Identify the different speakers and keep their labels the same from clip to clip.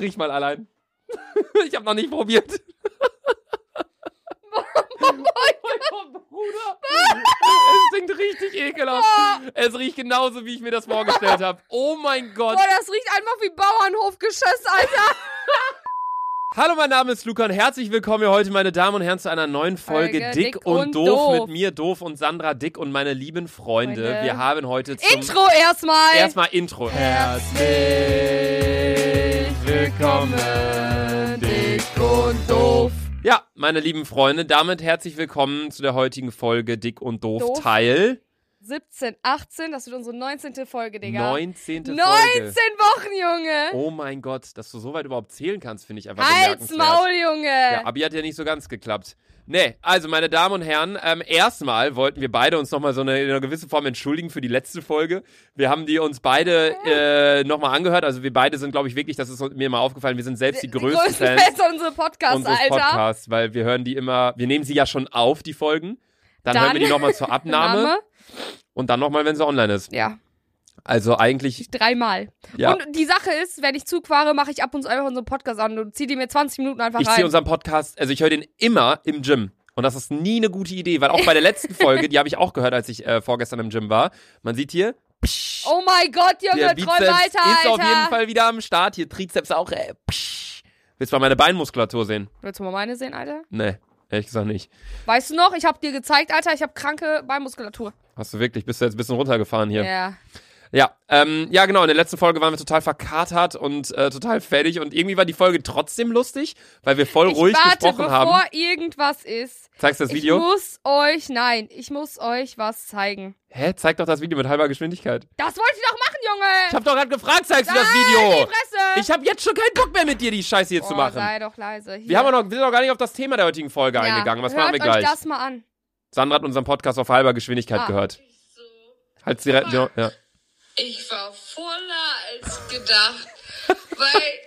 Speaker 1: Riech mal allein. ich habe noch nicht probiert. Bruder. es stinkt richtig ekelhaft. Es riecht genauso, wie ich mir das vorgestellt habe. Oh mein Gott.
Speaker 2: Boah, das riecht einfach wie Bauernhofgeschiss, Alter.
Speaker 1: Hallo, mein Name ist Luca und herzlich willkommen hier heute, meine Damen und Herren, zu einer neuen Folge
Speaker 2: Folge
Speaker 1: Dick,
Speaker 2: Dick
Speaker 1: und,
Speaker 2: und
Speaker 1: doof,
Speaker 2: Doof.
Speaker 1: mit mir, Doof und Sandra Dick und meine lieben Freunde.
Speaker 2: Freunde.
Speaker 1: Wir haben heute zum
Speaker 2: Intro erstmal.
Speaker 1: erstmal Intro.
Speaker 2: Herzlich
Speaker 1: willkommen,
Speaker 2: dick und doof.
Speaker 1: Ja, meine lieben Freunde, damit herzlich willkommen zu der heutigen Folge Dick und Doof,
Speaker 2: Doof.
Speaker 1: Teil
Speaker 2: 17, 18, das wird unsere 19. Folge, Digga.
Speaker 1: 19.
Speaker 2: 19
Speaker 1: Folge.
Speaker 2: Wochen, Junge.
Speaker 1: Oh mein Gott, dass du so weit überhaupt zählen kannst, finde ich einfach
Speaker 2: Halt's
Speaker 1: bemerkenswert.
Speaker 2: Maul, Junge.
Speaker 1: Ja, Abi hat ja nicht so ganz geklappt. Nee, also meine Damen und Herren, ähm, erstmal wollten wir beide uns nochmal so eine, in einer gewissen Form entschuldigen für die letzte Folge. Wir haben die uns beide äh, nochmal angehört. Also wir beide sind, glaube ich, wirklich, das ist mir mal aufgefallen, wir sind selbst die, größten,
Speaker 2: größten
Speaker 1: Fans
Speaker 2: unseres Podcasts,
Speaker 1: unseres
Speaker 2: Alter.
Speaker 1: Podcasts, weil wir hören die immer, wir nehmen sie ja schon auf, die Folgen. Dann,
Speaker 2: Dann-
Speaker 1: hören wir die nochmal zur Abnahme
Speaker 2: Name?
Speaker 1: und dann nochmal, wenn sie online ist.
Speaker 2: Ja,
Speaker 1: Also eigentlich,
Speaker 2: dreimal.
Speaker 1: ja,
Speaker 2: Und die Sache ist, wenn ich Zug fahre, mache ich ab und zu einfach unseren Podcast an und ziehe die mir 20 Minuten einfach
Speaker 1: ich
Speaker 2: rein.
Speaker 1: ziehe unseren Podcast, also ich höre den immer im Gym. Und das ist nie eine gute Idee, weil auch bei der letzten Folge, die habe ich auch gehört, als ich äh, vorgestern im Gym war, man sieht hier, psch,
Speaker 2: oh mein Gott,
Speaker 1: der
Speaker 2: Junge, träum
Speaker 1: Bizeps
Speaker 2: weiter, Alter.
Speaker 1: ist auf jeden Fall wieder am Start, hier Trizeps auch, äh, psch. Willst du mal meine Beinmuskulatur sehen?
Speaker 2: Willst du mal meine sehen, Alter?
Speaker 1: Nee, ehrlich gesagt nicht.
Speaker 2: Weißt du noch, ich habe dir gezeigt, Alter, ich habe kranke Beinmuskulatur.
Speaker 1: Hast du wirklich, bist du jetzt ein bisschen runtergefahren hier.
Speaker 2: Ja.
Speaker 1: Ja, ähm, ja, genau. In der letzten Folge waren wir total verkatert und äh, total fertig und irgendwie war die Folge trotzdem lustig, weil wir voll
Speaker 2: Ich
Speaker 1: ruhig
Speaker 2: warte,
Speaker 1: gesprochen
Speaker 2: bevor
Speaker 1: haben.
Speaker 2: irgendwas ist.
Speaker 1: Zeigst du das
Speaker 2: Ich
Speaker 1: Video?
Speaker 2: muss euch, nein, ich muss euch was zeigen.
Speaker 1: Hä? Zeig doch das Video mit halber Geschwindigkeit.
Speaker 2: Das wollt ihr doch machen, Junge!
Speaker 1: Ich hab doch gerade gefragt, zeigst du das
Speaker 2: Nein,
Speaker 1: Video?
Speaker 2: die Fresse!
Speaker 1: Ich hab jetzt schon keinen Bock mehr mit dir, die Scheiße hier zu
Speaker 2: Boah,
Speaker 1: machen.
Speaker 2: Sei doch leise.
Speaker 1: Wir haben auch noch, wir sind noch gar nicht auf das Thema der heutigen Folge eingegangen. Was
Speaker 2: Hört
Speaker 1: machen wir
Speaker 2: Euch
Speaker 1: gleich?
Speaker 2: das mal an.
Speaker 1: Sandra hat unseren Podcast auf halber Geschwindigkeit
Speaker 2: Ah.
Speaker 1: gehört. Halt sie re- ja, ja.
Speaker 3: Ich war voller als gedacht, weil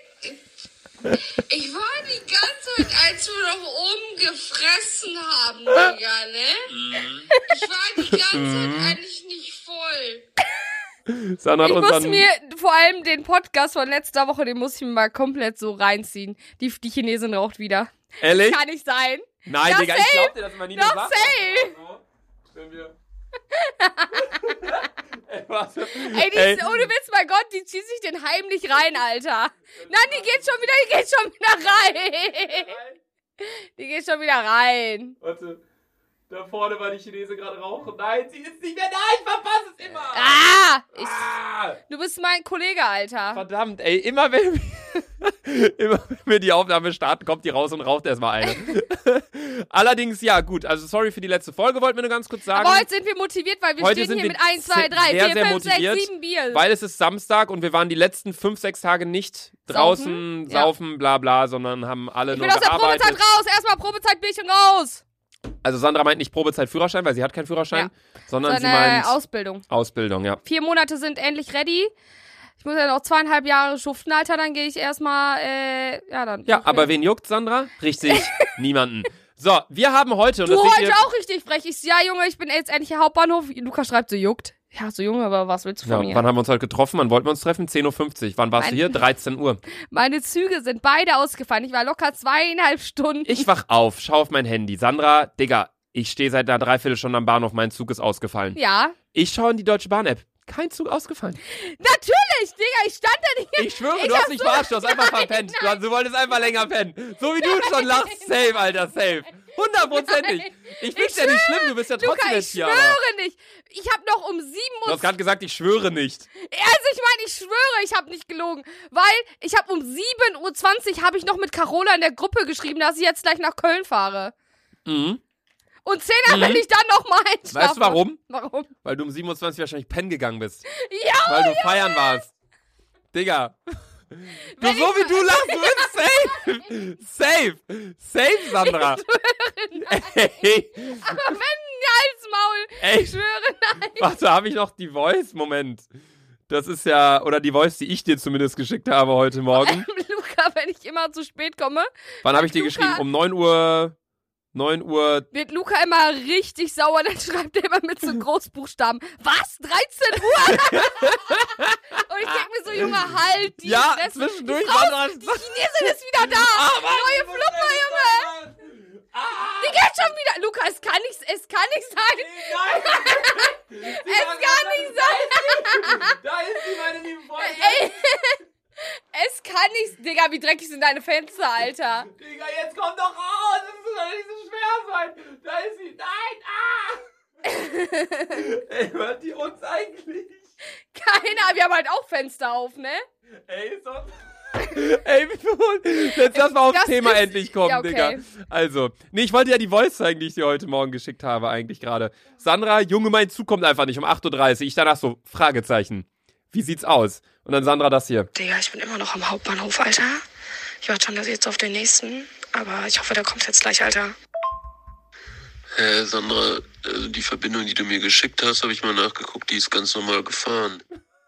Speaker 3: ich war die ganze Zeit, als wir doch oben gefressen haben, Digga, ne?
Speaker 1: Mhm.
Speaker 3: Ich war die ganze Zeit eigentlich nicht voll.
Speaker 1: Sandra hat
Speaker 2: Ich muss
Speaker 1: unseren.
Speaker 2: mir vor allem den Podcast von letzter Woche, den muss ich mir mal komplett so reinziehen. Die, die Chinesin raucht wieder.
Speaker 1: Ehrlich?
Speaker 2: Kann nicht sein.
Speaker 1: Nein,
Speaker 2: Ja,
Speaker 1: Digga, ich glaub dir das immer nie. du
Speaker 2: Doch,
Speaker 1: machst das
Speaker 2: safe.
Speaker 1: so, wenn wir- Ey, warte.
Speaker 2: Ey, die
Speaker 1: Ey.
Speaker 2: Ist, ohne Witz, mein Gott, die zieht sich den heimlich rein, Alter. Nein, die geht schon wieder, die geht schon wieder rein. Die geht schon wieder rein.
Speaker 1: Warte. Da vorne war die Chinese gerade rauchen. Nein, sie ist nicht mehr da. Ich verpasse es immer.
Speaker 2: Ah! Ich,
Speaker 1: Ah,
Speaker 2: du bist mein Kollege, Alter.
Speaker 1: verdammt, ey. Immer wenn, wir, immer wenn wir die Aufnahme starten, kommt die raus und raucht erstmal eine. Allerdings, ja, gut. Also, sorry für die letzte Folge, wollten wir nur ganz kurz sagen.
Speaker 2: Aber heute sind wir motiviert, weil wir
Speaker 1: Heute sind
Speaker 2: stehen hier
Speaker 1: wir
Speaker 2: mit 1, 2,
Speaker 1: sehr,
Speaker 2: 3, 4,
Speaker 1: sehr
Speaker 2: 5, 6,
Speaker 1: motiviert,
Speaker 2: 7 Bier.
Speaker 1: Weil es ist Samstag und wir waren die letzten fünf, sechs Tage nicht draußen,
Speaker 2: Saufen? Ja.
Speaker 1: saufen, bla bla, sondern haben alle
Speaker 2: ich
Speaker 1: nur
Speaker 2: bin aus der
Speaker 1: gearbeitet.
Speaker 2: Probezeit raus. Erstmal Probezeit Bierchen raus.
Speaker 1: Also Sandra meint nicht Probezeit Führerschein, weil sie hat keinen Führerschein, sondern sie
Speaker 2: Seine
Speaker 1: meint
Speaker 2: Ausbildung.
Speaker 1: Ausbildung, ja.
Speaker 2: Vier Monate sind endlich ready. Ich muss ja noch zweieinhalb Jahre schuften, Alter. Dann gehe ich erstmal, äh, ja, dann.
Speaker 1: Ja, aber wen juckt Sandra? Richtig, niemanden. So, wir haben heute und
Speaker 2: Du
Speaker 1: das seht
Speaker 2: heute
Speaker 1: ihr,
Speaker 2: auch richtig frech. Ich, ja, Junge, ich bin jetzt endlich hier Hauptbahnhof. Luca schreibt so, juckt. Ja, so Junge, aber was willst du
Speaker 1: ja,
Speaker 2: von mir?
Speaker 1: wann haben wir uns heute getroffen? Wann wollten wir uns treffen? 10:50 Uhr. Wann warst du
Speaker 2: Nein.
Speaker 1: hier? 13 Uhr.
Speaker 2: Meine Züge sind beide ausgefallen. Ich war locker zweieinhalb Stunden.
Speaker 1: Ich wach auf, schau auf mein Handy. Sandra, Digga, ich stehe seit einer Dreiviertelstunde am Bahnhof, mein Zug ist ausgefallen.
Speaker 2: ja.
Speaker 1: Ich schaue in die Deutsche Bahn App. Kein Zug ausgefallen.
Speaker 2: Natürlich, Digga, ich stand da nicht.
Speaker 1: Ich schwöre, du hast mich verarscht, du hast einfach verpennt. Du, hast- du wolltest einfach länger pennen. So wie du schon lachst, safe, Alter, safe. Hundertprozentig. Ich find's ja nicht schlimm, du bist ja trotzdem
Speaker 2: Luca, ich
Speaker 1: jetzt hier. Aber.
Speaker 2: schwöre nicht. Ich habe noch um sieben
Speaker 1: Du
Speaker 2: Uhr
Speaker 1: hast gerade gesagt, ich schwöre nicht.
Speaker 2: Also ich meine, ich schwöre, ich habe nicht gelogen, weil ich habe um 7.20 Uhr habe ich noch mit Carola in der Gruppe geschrieben, dass ich jetzt gleich nach Köln fahre.
Speaker 1: Mhm.
Speaker 2: Und 10 Uhr
Speaker 1: Mhm.
Speaker 2: will ich dann nochmal einschlafen.
Speaker 1: Weißt du warum?
Speaker 2: Warum?
Speaker 1: Weil du um 27 wahrscheinlich pennen gegangen bist.
Speaker 2: Ja,
Speaker 1: Weil du feiern warst. Digga. Du, so wie du lachst, du bist safe. Safe. Safe, Sandra. Ey,
Speaker 2: aber wenn, als Maul.
Speaker 1: ey,
Speaker 2: Ich schwöre, nein.
Speaker 1: Warte, habe ich noch die Voice? Moment. Das ist ja, oder die Voice, die ich dir zumindest geschickt habe heute Morgen.
Speaker 2: Luca, wenn ich immer zu spät komme.
Speaker 1: Wann habe ich dir
Speaker 2: Luca.
Speaker 1: geschrieben? Um 9 Uhr 9 Uhr.
Speaker 2: Wird Luca immer richtig sauer, dann schreibt er immer mit so Großbuchstaben. Was? 13 Uhr? Und ich denke mir so, Junge, halt die
Speaker 1: ja,
Speaker 2: Fresse.
Speaker 1: zwischendurch
Speaker 2: Raus,
Speaker 1: war das. Ah,
Speaker 2: Die Chinesin ist wieder da. Neue Flummer, Junge. Die geht schon wieder. Luca, es kann nicht, es kann nicht sein.
Speaker 1: Es
Speaker 2: kann nicht
Speaker 1: sein! Da ist sie, meine lieben Freunde!
Speaker 2: Ey. Es kann nicht. Digga, wie dreckig sind deine Fenster, Alter.
Speaker 1: Digga, jetzt komm doch raus! Das muss doch nicht so schwer sein! Da ist sie! Nein! Ah! Ey, hört die uns eigentlich?
Speaker 2: Keiner, wir haben halt auch Fenster auf, ne?
Speaker 1: Ey, ist doch. Ey, wie verrückt. Jetzt lass mal aufs
Speaker 2: Das
Speaker 1: Thema
Speaker 2: ist-
Speaker 1: endlich kommen,
Speaker 2: ja, okay.
Speaker 1: Digga. Also, nee, ich wollte ja die Voice zeigen, die ich dir heute Morgen geschickt habe, eigentlich gerade. Sandra, Junge, mein Zug kommt einfach nicht um 8.30 Uhr. Ich danach so, Fragezeichen. Wie sieht's aus? Und dann Sandra das hier.
Speaker 4: Digga, ich bin immer noch am Hauptbahnhof, Alter. Ich warte schon dass jetzt auf den nächsten, aber ich hoffe, der kommt jetzt gleich, Alter.
Speaker 5: Äh, Sandra, also die Verbindung, die du mir geschickt hast, habe ich mal nachgeguckt, die ist ganz normal gefahren.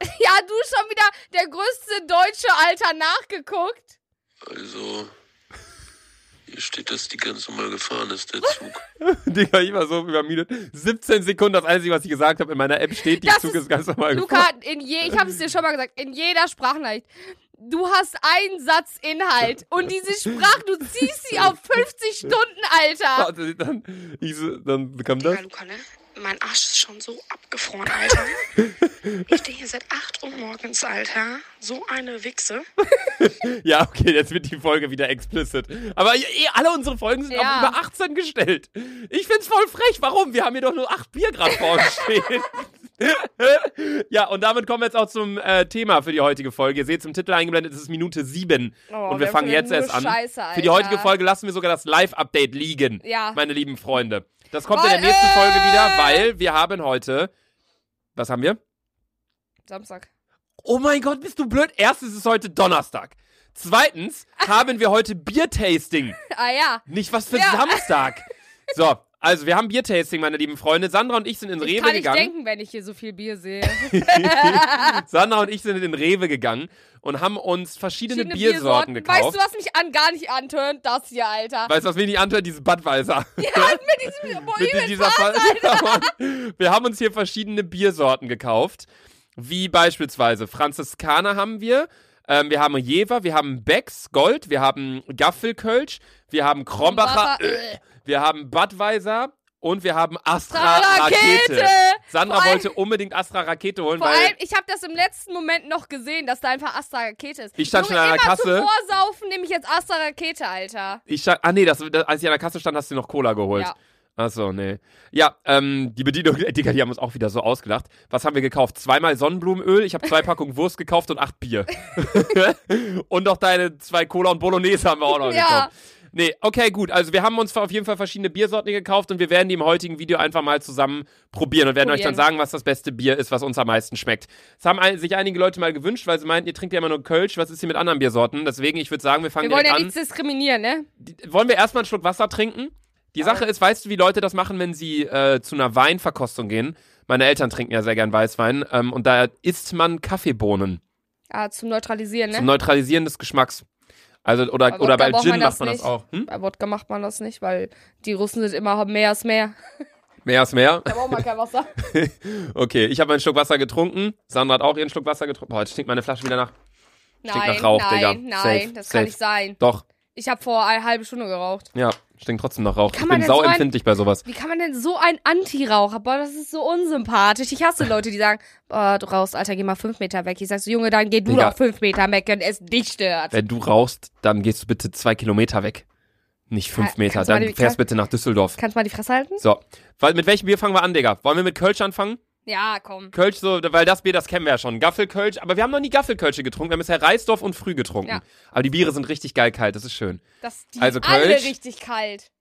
Speaker 2: Ja, du schon wieder der größte Deutsche, Alter, nachgeguckt.
Speaker 5: Also, hier steht, dass die ganz normal gefahren ist, der Zug.
Speaker 1: Digga, ich war so übermüdet. 17 Sekunden, das Einzige, was ich gesagt habe. In meiner App steht, die
Speaker 2: Das
Speaker 1: Zug
Speaker 2: ist-
Speaker 1: ist ganz normal
Speaker 2: Luca, in je, ich habe es dir schon mal gesagt, in jeder Sprachnachricht. Du hast einen Satz Inhalt und diese Sprache, du ziehst sie auf 50 Stunden, Alter.
Speaker 1: Warte, dann, ich so, dann kam das.
Speaker 4: Digga, Luca, ne? Mein Arsch ist schon so abgefroren, Alter. Ich stehe hier seit 8 Uhr morgens, Alter. So eine Wichse.
Speaker 1: Ja, okay, jetzt wird die Folge wieder explicit. Aber eh, alle unsere Folgen sind
Speaker 2: Ja.
Speaker 1: auf über 18 gestellt. Ich find's voll frech. Warum? Wir haben hier doch nur 8 Bier gerade vor uns stehen. ja, und damit kommen wir jetzt auch zum äh, Thema für die heutige Folge. Ihr seht im Titel eingeblendet, es ist Minute 7.
Speaker 2: Oh,
Speaker 1: und wir
Speaker 2: wir
Speaker 1: fangen
Speaker 2: können
Speaker 1: jetzt
Speaker 2: nur
Speaker 1: erst an.
Speaker 2: Scheiße,
Speaker 1: für die
Speaker 2: Alter.
Speaker 1: heutige Folge lassen wir sogar das Live-Update liegen.
Speaker 2: Ja.
Speaker 1: Meine lieben Freunde. Das kommt
Speaker 2: Weil,
Speaker 1: in der nächsten
Speaker 2: äh,
Speaker 1: Folge wieder, weil wir haben heute. Was haben wir?
Speaker 2: Samstag.
Speaker 1: Oh mein Gott, bist du blöd? Erstens ist heute Donnerstag. Zweitens haben wir heute Biertasting.
Speaker 2: Ah ja.
Speaker 1: Nicht was für
Speaker 2: Ja.
Speaker 1: Samstag. So, also wir haben Biertasting, meine lieben Freunde. Sandra und ich sind in
Speaker 2: Ich
Speaker 1: Rewe
Speaker 2: kann nicht
Speaker 1: gegangen.
Speaker 2: denken, wenn ich hier so viel Bier sehe.
Speaker 1: Sandra und ich sind in den Rewe gegangen und haben uns verschiedene,
Speaker 2: Verschiedene
Speaker 1: Biersorten, gekauft.
Speaker 2: Weißt du, was mich an gar nicht antönt? Das hier, Alter.
Speaker 1: Weißt du, was wir nicht antun? Dieses Budweiser.
Speaker 2: Und mit diesem boah,
Speaker 1: mit
Speaker 2: übel
Speaker 1: dieser
Speaker 2: Spaß.
Speaker 1: Fa- Wir haben uns hier verschiedene Biersorten gekauft, wie beispielsweise Franziskaner haben wir, ähm, wir haben Jever, wir haben Becks Gold, wir haben Gaffelkölsch, wir haben Krombacher,
Speaker 2: Krombacher,
Speaker 1: äh, wir haben Budweiser und wir haben Astra
Speaker 2: Astra Rakete.
Speaker 1: Rakete. Sandra
Speaker 2: Vor allem-
Speaker 1: wollte unbedingt Astra Rakete holen,
Speaker 2: Vor
Speaker 1: weil
Speaker 2: allem, ich habe das im letzten Moment noch gesehen, dass da einfach Astra Rakete ist.
Speaker 1: Ich stand
Speaker 2: Junge,
Speaker 1: schon an der
Speaker 2: immer
Speaker 1: Kasse.
Speaker 2: Zum Vorsaufen nehme ich jetzt Astra Rakete, Alter.
Speaker 1: ich scha- ah nee, das, das, als ich an der Kasse stand, hast du dir noch Cola geholt.
Speaker 2: Ja.
Speaker 1: Achso, nee. Ja, ähm, die Bedienung, äh, Digga, die haben uns auch wieder so ausgelacht. Was haben wir gekauft? Zweimal Sonnenblumenöl, ich habe zwei Packungen Wurst gekauft und acht Bier. und noch deine zwei Cola und Bolognese haben wir auch noch
Speaker 2: Ja.
Speaker 1: gekauft. Nee, okay, gut. Also wir haben uns auf jeden Fall verschiedene Biersorten gekauft und wir werden die im heutigen Video einfach mal zusammen probieren und werden euch dann
Speaker 2: Probieren.
Speaker 1: sagen, was das beste Bier ist, was uns am meisten schmeckt. Das haben ein, sich einige Leute mal gewünscht, weil sie meinten, ihr trinkt ja immer nur Kölsch, was ist hier mit anderen Biersorten? Deswegen, ich würde sagen, wir fangen
Speaker 2: Wir wollen
Speaker 1: direkt
Speaker 2: ja
Speaker 1: an
Speaker 2: nichts diskriminieren, ne?
Speaker 1: die- wollen wir erstmal einen Schluck Wasser trinken? Die Sache ist, weißt du, wie Leute das machen, wenn sie äh, zu einer Weinverkostung gehen? Meine Eltern trinken ja sehr gern Weißwein ähm, und da isst man Kaffeebohnen
Speaker 2: Ah, zum Neutralisieren,
Speaker 1: zum
Speaker 2: ne?
Speaker 1: Neutralisieren des Geschmacks. Also oder,
Speaker 2: Bei
Speaker 1: oder
Speaker 2: Wodka
Speaker 1: bei
Speaker 2: braucht
Speaker 1: Gin
Speaker 2: man
Speaker 1: macht
Speaker 2: das
Speaker 1: man das
Speaker 2: nicht.
Speaker 1: auch. Hm?
Speaker 2: Bei Wodka macht man das nicht, weil die Russen sind immer mehr ist mehr.
Speaker 1: Mehr ist mehr.
Speaker 2: Da braucht man kein Wasser.
Speaker 1: Okay, ich habe meinen Schluck Wasser getrunken. Sandra hat auch ihren Schluck Wasser getrunken. Boah, jetzt stinkt meine Flasche wieder nach.
Speaker 2: Nein,
Speaker 1: nach Rauch,
Speaker 2: nein,
Speaker 1: Digga.
Speaker 2: nein,
Speaker 1: Safe,
Speaker 2: das
Speaker 1: safe.
Speaker 2: kann nicht sein.
Speaker 1: Doch,
Speaker 2: Ich habe vor einer halben Stunde geraucht.
Speaker 1: ja, stinkt trotzdem nach Rauch.
Speaker 2: Kann
Speaker 1: Ich
Speaker 2: man
Speaker 1: bin
Speaker 2: denn so ein-
Speaker 1: sauempfindlich bei sowas.
Speaker 2: Wie kann man denn so ein Anti-Raucher? Boah, das ist so unsympathisch. Ich hasse Leute, die sagen, boah, du rauchst, Alter, geh mal fünf Meter weg. Ich sag so, Junge, dann geh du
Speaker 1: Digga.
Speaker 2: doch fünf Meter weg und es dich stört.
Speaker 1: Wenn du rauchst, dann gehst du bitte zwei Kilometer weg. Nicht fünf
Speaker 2: Ka-
Speaker 1: Meter.
Speaker 2: Äh, kannst du mal
Speaker 1: Dann
Speaker 2: die-
Speaker 1: fährst
Speaker 2: kann-
Speaker 1: bitte nach Düsseldorf.
Speaker 2: Kannst du mal die Fresse halten?
Speaker 1: So, weil mit welchem Bier fangen wir an, Digga? Wollen wir mit Kölsch anfangen?
Speaker 2: Ja, komm.
Speaker 1: Kölsch, so, weil das Bier, das kennen wir ja schon. Gaffelkölsch, aber wir haben noch nie Gaffelkölsche getrunken. Wir haben bisher Reisdorf und Früh getrunken.
Speaker 2: Ja.
Speaker 1: Aber die Biere sind richtig geil kalt, das ist schön.
Speaker 2: Das die
Speaker 1: Also
Speaker 2: alle
Speaker 1: Kölsch?
Speaker 2: richtig kalt.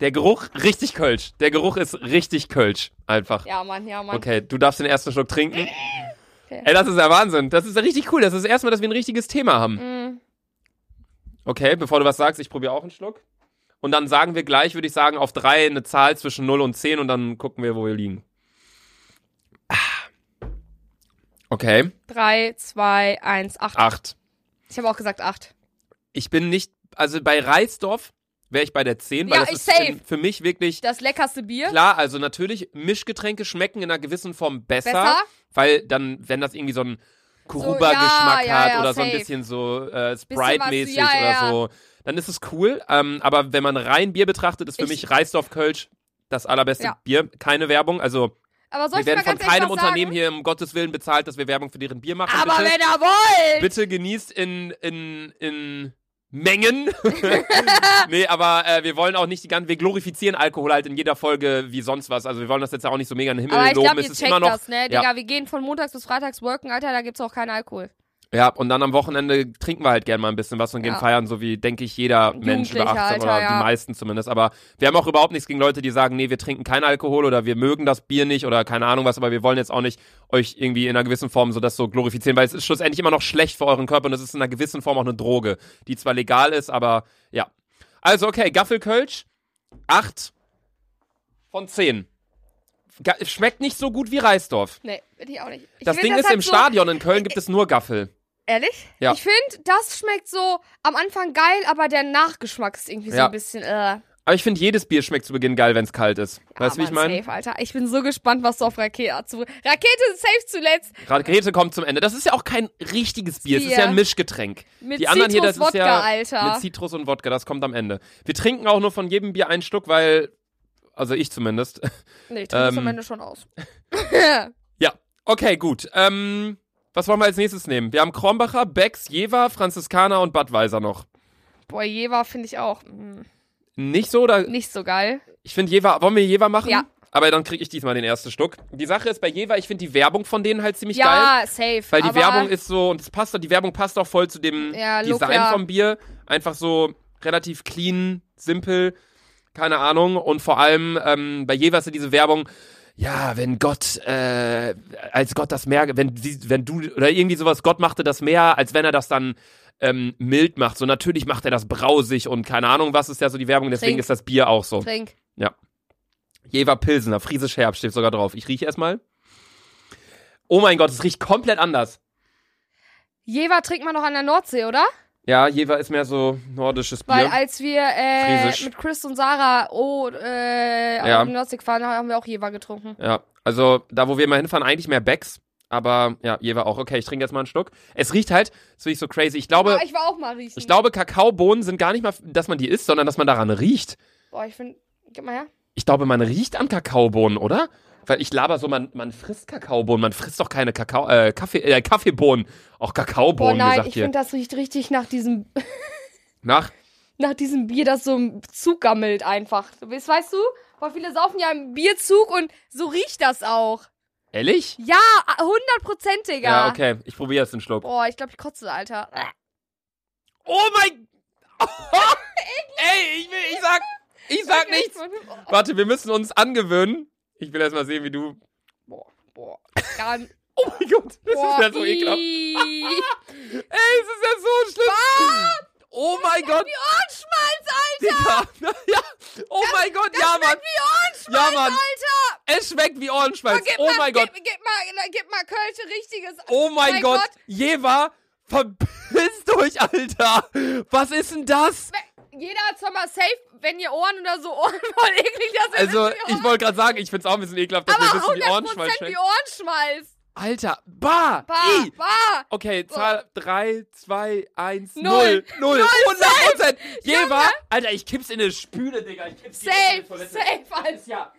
Speaker 1: Der Geruch, richtig Kölsch. Der Geruch ist richtig Kölsch, einfach.
Speaker 2: Ja, Mann, ja, Mann.
Speaker 1: Okay, du darfst den ersten Schluck trinken. Ey, das ist ja Wahnsinn. Das ist ja richtig cool. Das ist das erste Mal, dass wir ein richtiges Thema haben.
Speaker 2: Mm.
Speaker 1: Okay, bevor du was sagst, ich probiere auch einen Schluck. Und dann sagen wir gleich, würde ich sagen, auf drei eine Zahl zwischen 0 und 10 und dann gucken wir, wo wir liegen. Ah. Okay,
Speaker 2: Drei, zwei, eins, acht.
Speaker 1: 8.
Speaker 2: Ich habe auch gesagt acht.
Speaker 1: Ich bin nicht, also bei Reisdorf, wäre ich bei der 10, weil
Speaker 2: Ja,
Speaker 1: das
Speaker 2: ich
Speaker 1: ist
Speaker 2: safe.
Speaker 1: in- für mich wirklich
Speaker 2: Das leckerste Bier.
Speaker 1: Klar, also natürlich, Mischgetränke schmecken in einer gewissen Form besser,
Speaker 2: Besser?
Speaker 1: weil dann, wenn das irgendwie so ein
Speaker 2: So, ja,
Speaker 1: Kuruba-Geschmack
Speaker 2: ja,
Speaker 1: hat
Speaker 2: ja,
Speaker 1: oder so ein
Speaker 2: safe.
Speaker 1: bisschen so äh,
Speaker 2: was-
Speaker 1: Sprite-mäßig
Speaker 2: ja,
Speaker 1: oder
Speaker 2: ja.
Speaker 1: so, dann ist es cool. Ähm, aber wenn man rein Bier betrachtet, ist für
Speaker 2: Ich-
Speaker 1: mich Reisdorf-Kölsch das allerbeste
Speaker 2: Ja.
Speaker 1: Bier. Keine Werbung, also
Speaker 2: Aber soll ich
Speaker 1: wir
Speaker 2: dir
Speaker 1: werden
Speaker 2: mal
Speaker 1: von
Speaker 2: ganz ehrlich
Speaker 1: keinem
Speaker 2: was sagen?
Speaker 1: Unternehmen hier um Gottes Willen bezahlt, dass wir Werbung für deren Bier machen.
Speaker 2: Aber
Speaker 1: bitte.
Speaker 2: wenn ihr wollt!
Speaker 1: Bitte genießt in, in, in Mengen. nee, aber äh, wir wollen auch nicht die ganze, wir glorifizieren Alkohol halt in jeder Folge wie sonst was. Also wir wollen das jetzt ja auch nicht so mega in den Himmel
Speaker 2: Aber ich
Speaker 1: loben.
Speaker 2: glaube,
Speaker 1: es
Speaker 2: ihr
Speaker 1: ist
Speaker 2: checkt
Speaker 1: immer noch.
Speaker 2: das, ne?
Speaker 1: Ja.
Speaker 2: Digga, wir gehen von montags bis freitags worken, Alter, da gibt's auch keinen Alkohol.
Speaker 1: ja, und dann am Wochenende trinken wir halt gerne mal ein bisschen was und gehen
Speaker 2: Ja.
Speaker 1: feiern, so wie, denke ich, jeder Mensch über
Speaker 2: Jugendliche,
Speaker 1: 18
Speaker 2: Alter,
Speaker 1: oder
Speaker 2: ja.
Speaker 1: die meisten zumindest. Aber wir haben auch überhaupt nichts gegen Leute, die sagen, nee, wir trinken keinen Alkohol oder wir mögen das Bier nicht oder keine Ahnung was, aber wir wollen jetzt auch nicht euch irgendwie in einer gewissen Form so das so glorifizieren, weil es ist schlussendlich immer noch schlecht für euren Körper und es ist in einer gewissen Form auch eine Droge, die zwar legal ist, aber ja. Also, okay, Gaffelkölsch, 8 von 10. Ga- Schmeckt nicht so gut wie Reisdorf.
Speaker 2: Nee, bin ich auch nicht. Ich
Speaker 1: Das
Speaker 2: find,
Speaker 1: Ding ist,
Speaker 2: hat
Speaker 1: im
Speaker 2: so,
Speaker 1: Stadion in Köln gibt es nur Gaffel.
Speaker 2: Ehrlich?
Speaker 1: Ja.
Speaker 2: Ich finde, das schmeckt so am Anfang geil, aber der Nachgeschmack ist irgendwie so
Speaker 1: Ja.
Speaker 2: ein bisschen, äh.
Speaker 1: Aber ich finde, jedes Bier schmeckt zu Beginn geil, wenn es kalt ist. weißt du, wie ich
Speaker 2: aber
Speaker 1: meine?
Speaker 2: Safe, Alter. Ich bin so gespannt, was du auf Rakete zu. Rakete safe zuletzt.
Speaker 1: Rakete kommt zum Ende. Das ist ja auch kein richtiges Bier, es ist
Speaker 2: Bier.
Speaker 1: ja ein Mischgetränk.
Speaker 2: Mit
Speaker 1: Die anderen hier, das ist
Speaker 2: Zitrus-Wodka,
Speaker 1: ja
Speaker 2: Alter.
Speaker 1: mit Zitrus und Wodka, das kommt am Ende. Wir trinken auch nur von jedem Bier ein Stück, weil, also ich zumindest.
Speaker 2: Nee, ich trinke das
Speaker 1: Ähm.
Speaker 2: am Ende schon aus.
Speaker 1: ja, okay, gut. Ähm, was wollen wir als nächstes nehmen? Wir haben Kronbacher, Becks, Jever, Franziskaner und Budweiser noch.
Speaker 2: Boah, Jever finde ich auch mm,
Speaker 1: Nicht so oder
Speaker 2: nicht so geil.
Speaker 1: Ich finde Jever, wollen wir Jever machen?
Speaker 2: Ja.
Speaker 1: Aber dann kriege ich diesmal den ersten Schluck. Die Sache ist bei Jever, ich finde die Werbung von denen halt ziemlich geil.
Speaker 2: ja, safe.
Speaker 1: Weil die
Speaker 2: aber
Speaker 1: Werbung ist so, und es passt, die Werbung passt auch voll zu dem
Speaker 2: Ja, Look,
Speaker 1: Design
Speaker 2: ja.
Speaker 1: vom Bier. Einfach so relativ clean, simpel, keine Ahnung. Und vor allem ähm, bei Jever ist ja diese Werbung, ja, wenn Gott, äh, als Gott das Meer, wenn, sie- wenn du, oder irgendwie sowas, Gott machte das Meer, als wenn er das dann ähm, mild macht. So natürlich macht er das brausig und keine Ahnung, was ist ja so die Werbung, deswegen
Speaker 2: Trink.
Speaker 1: ist das Bier auch so.
Speaker 2: Trink.
Speaker 1: Jever Pilsener, Friesisch Herbst steht sogar drauf. Ich rieche erstmal. Oh mein Gott, es riecht komplett anders.
Speaker 2: Jever trinkt man noch an der Nordsee, oder?
Speaker 1: Ja, Jever ist mehr so nordisches Bier.
Speaker 2: Weil als wir äh,
Speaker 1: Friesisch.
Speaker 2: mit Chris und Sarah oh, äh,
Speaker 1: Ja.
Speaker 2: auf dem Nordsee gefahren haben, haben wir auch Jever getrunken.
Speaker 1: ja, also da, wo wir immer hinfahren, eigentlich mehr Becks. Aber ja, Jever auch. Okay, ich trinke jetzt mal einen Schluck. Es riecht halt, das riecht so crazy. Ich glaube,
Speaker 2: Boah, ich war auch mal riechen.
Speaker 1: ich glaube, Kakaobohnen sind gar nicht mal, dass man die isst, sondern dass man daran riecht.
Speaker 2: Boah, ich finde. Gib mal her.
Speaker 1: Ich glaube, man riecht an Kakaobohnen, oder? Weil ich laber so, man, man frisst Kakaobohnen, man frisst doch keine Kakao, äh, Kaffee, äh, Kaffeebohnen. Auch
Speaker 2: Boah,
Speaker 1: Kakaobohnen
Speaker 2: Oh nein,
Speaker 1: gesagt
Speaker 2: ich
Speaker 1: hier.
Speaker 2: finde, das riecht richtig nach diesem,
Speaker 1: Nach
Speaker 2: nach diesem Bier, das so zugammelt einfach. Das weißt du? Boah, viele saufen ja im Bierzug und so riecht das auch.
Speaker 1: ehrlich?
Speaker 2: Ja, hundertprozentiger.
Speaker 1: Ja, okay. Ich probiere jetzt den Schluck.
Speaker 2: Boah, ich glaube, ich kotze, Alter.
Speaker 1: Oh mein. Ey, ich will, ich sag, ich sag nichts.
Speaker 2: Oh,
Speaker 1: Warte, wir müssen uns angewöhnen. Ich will erst mal sehen, wie du.
Speaker 2: Boah, boah. Gar nicht.
Speaker 1: Oh mein Gott, das
Speaker 2: Boah,
Speaker 1: ist ja so ekelhaft. Oh Ey,
Speaker 2: ii.
Speaker 1: es ist ja so schlimm. Oh mein Gott. Wie Ohrenschmalz, Alter. Digga. Ja. Oh mein Gott, ja, Mann.
Speaker 2: Wie
Speaker 1: Ja,
Speaker 2: Ohrenschmalz,
Speaker 1: Mann.
Speaker 2: Alter!
Speaker 1: Es schmeckt wie Ohrenschmalz.
Speaker 2: Gib
Speaker 1: Oh
Speaker 2: mal,
Speaker 1: mein Gott.
Speaker 2: Gib, gib mal, gib mal Kölsch richtiges.
Speaker 1: Oh mein
Speaker 2: mein
Speaker 1: Gott.
Speaker 2: Gott.
Speaker 1: Jeva, verpisst euch, Alter. Was ist denn das?
Speaker 2: Jeder hat zwar mal safe, wenn ihr Ohren oder so Ohren voll eklig, das ist
Speaker 1: Also,
Speaker 2: wie
Speaker 1: ich
Speaker 2: Ohren-
Speaker 1: wollte gerade sagen, ich find's auch ein bisschen ekelhaft, dass
Speaker 2: aber
Speaker 1: wir wissen, wie
Speaker 2: 100%
Speaker 1: Ohrenschmalz
Speaker 2: wie
Speaker 1: schmeckt.
Speaker 2: Ohrenschmalz.
Speaker 1: Alter, bah!
Speaker 2: Bah,
Speaker 1: Ih.
Speaker 2: bah.
Speaker 1: Okay, Zahl 3, 2, 1,
Speaker 2: Null.
Speaker 1: 0. 0. 100%. Jever. Alter, ich kipp's in eine Spüle, Digga. Ich kipp's direkt in
Speaker 2: Safe,
Speaker 1: die Toilette.
Speaker 2: safe,
Speaker 1: Das ist
Speaker 2: Alter.
Speaker 1: ja.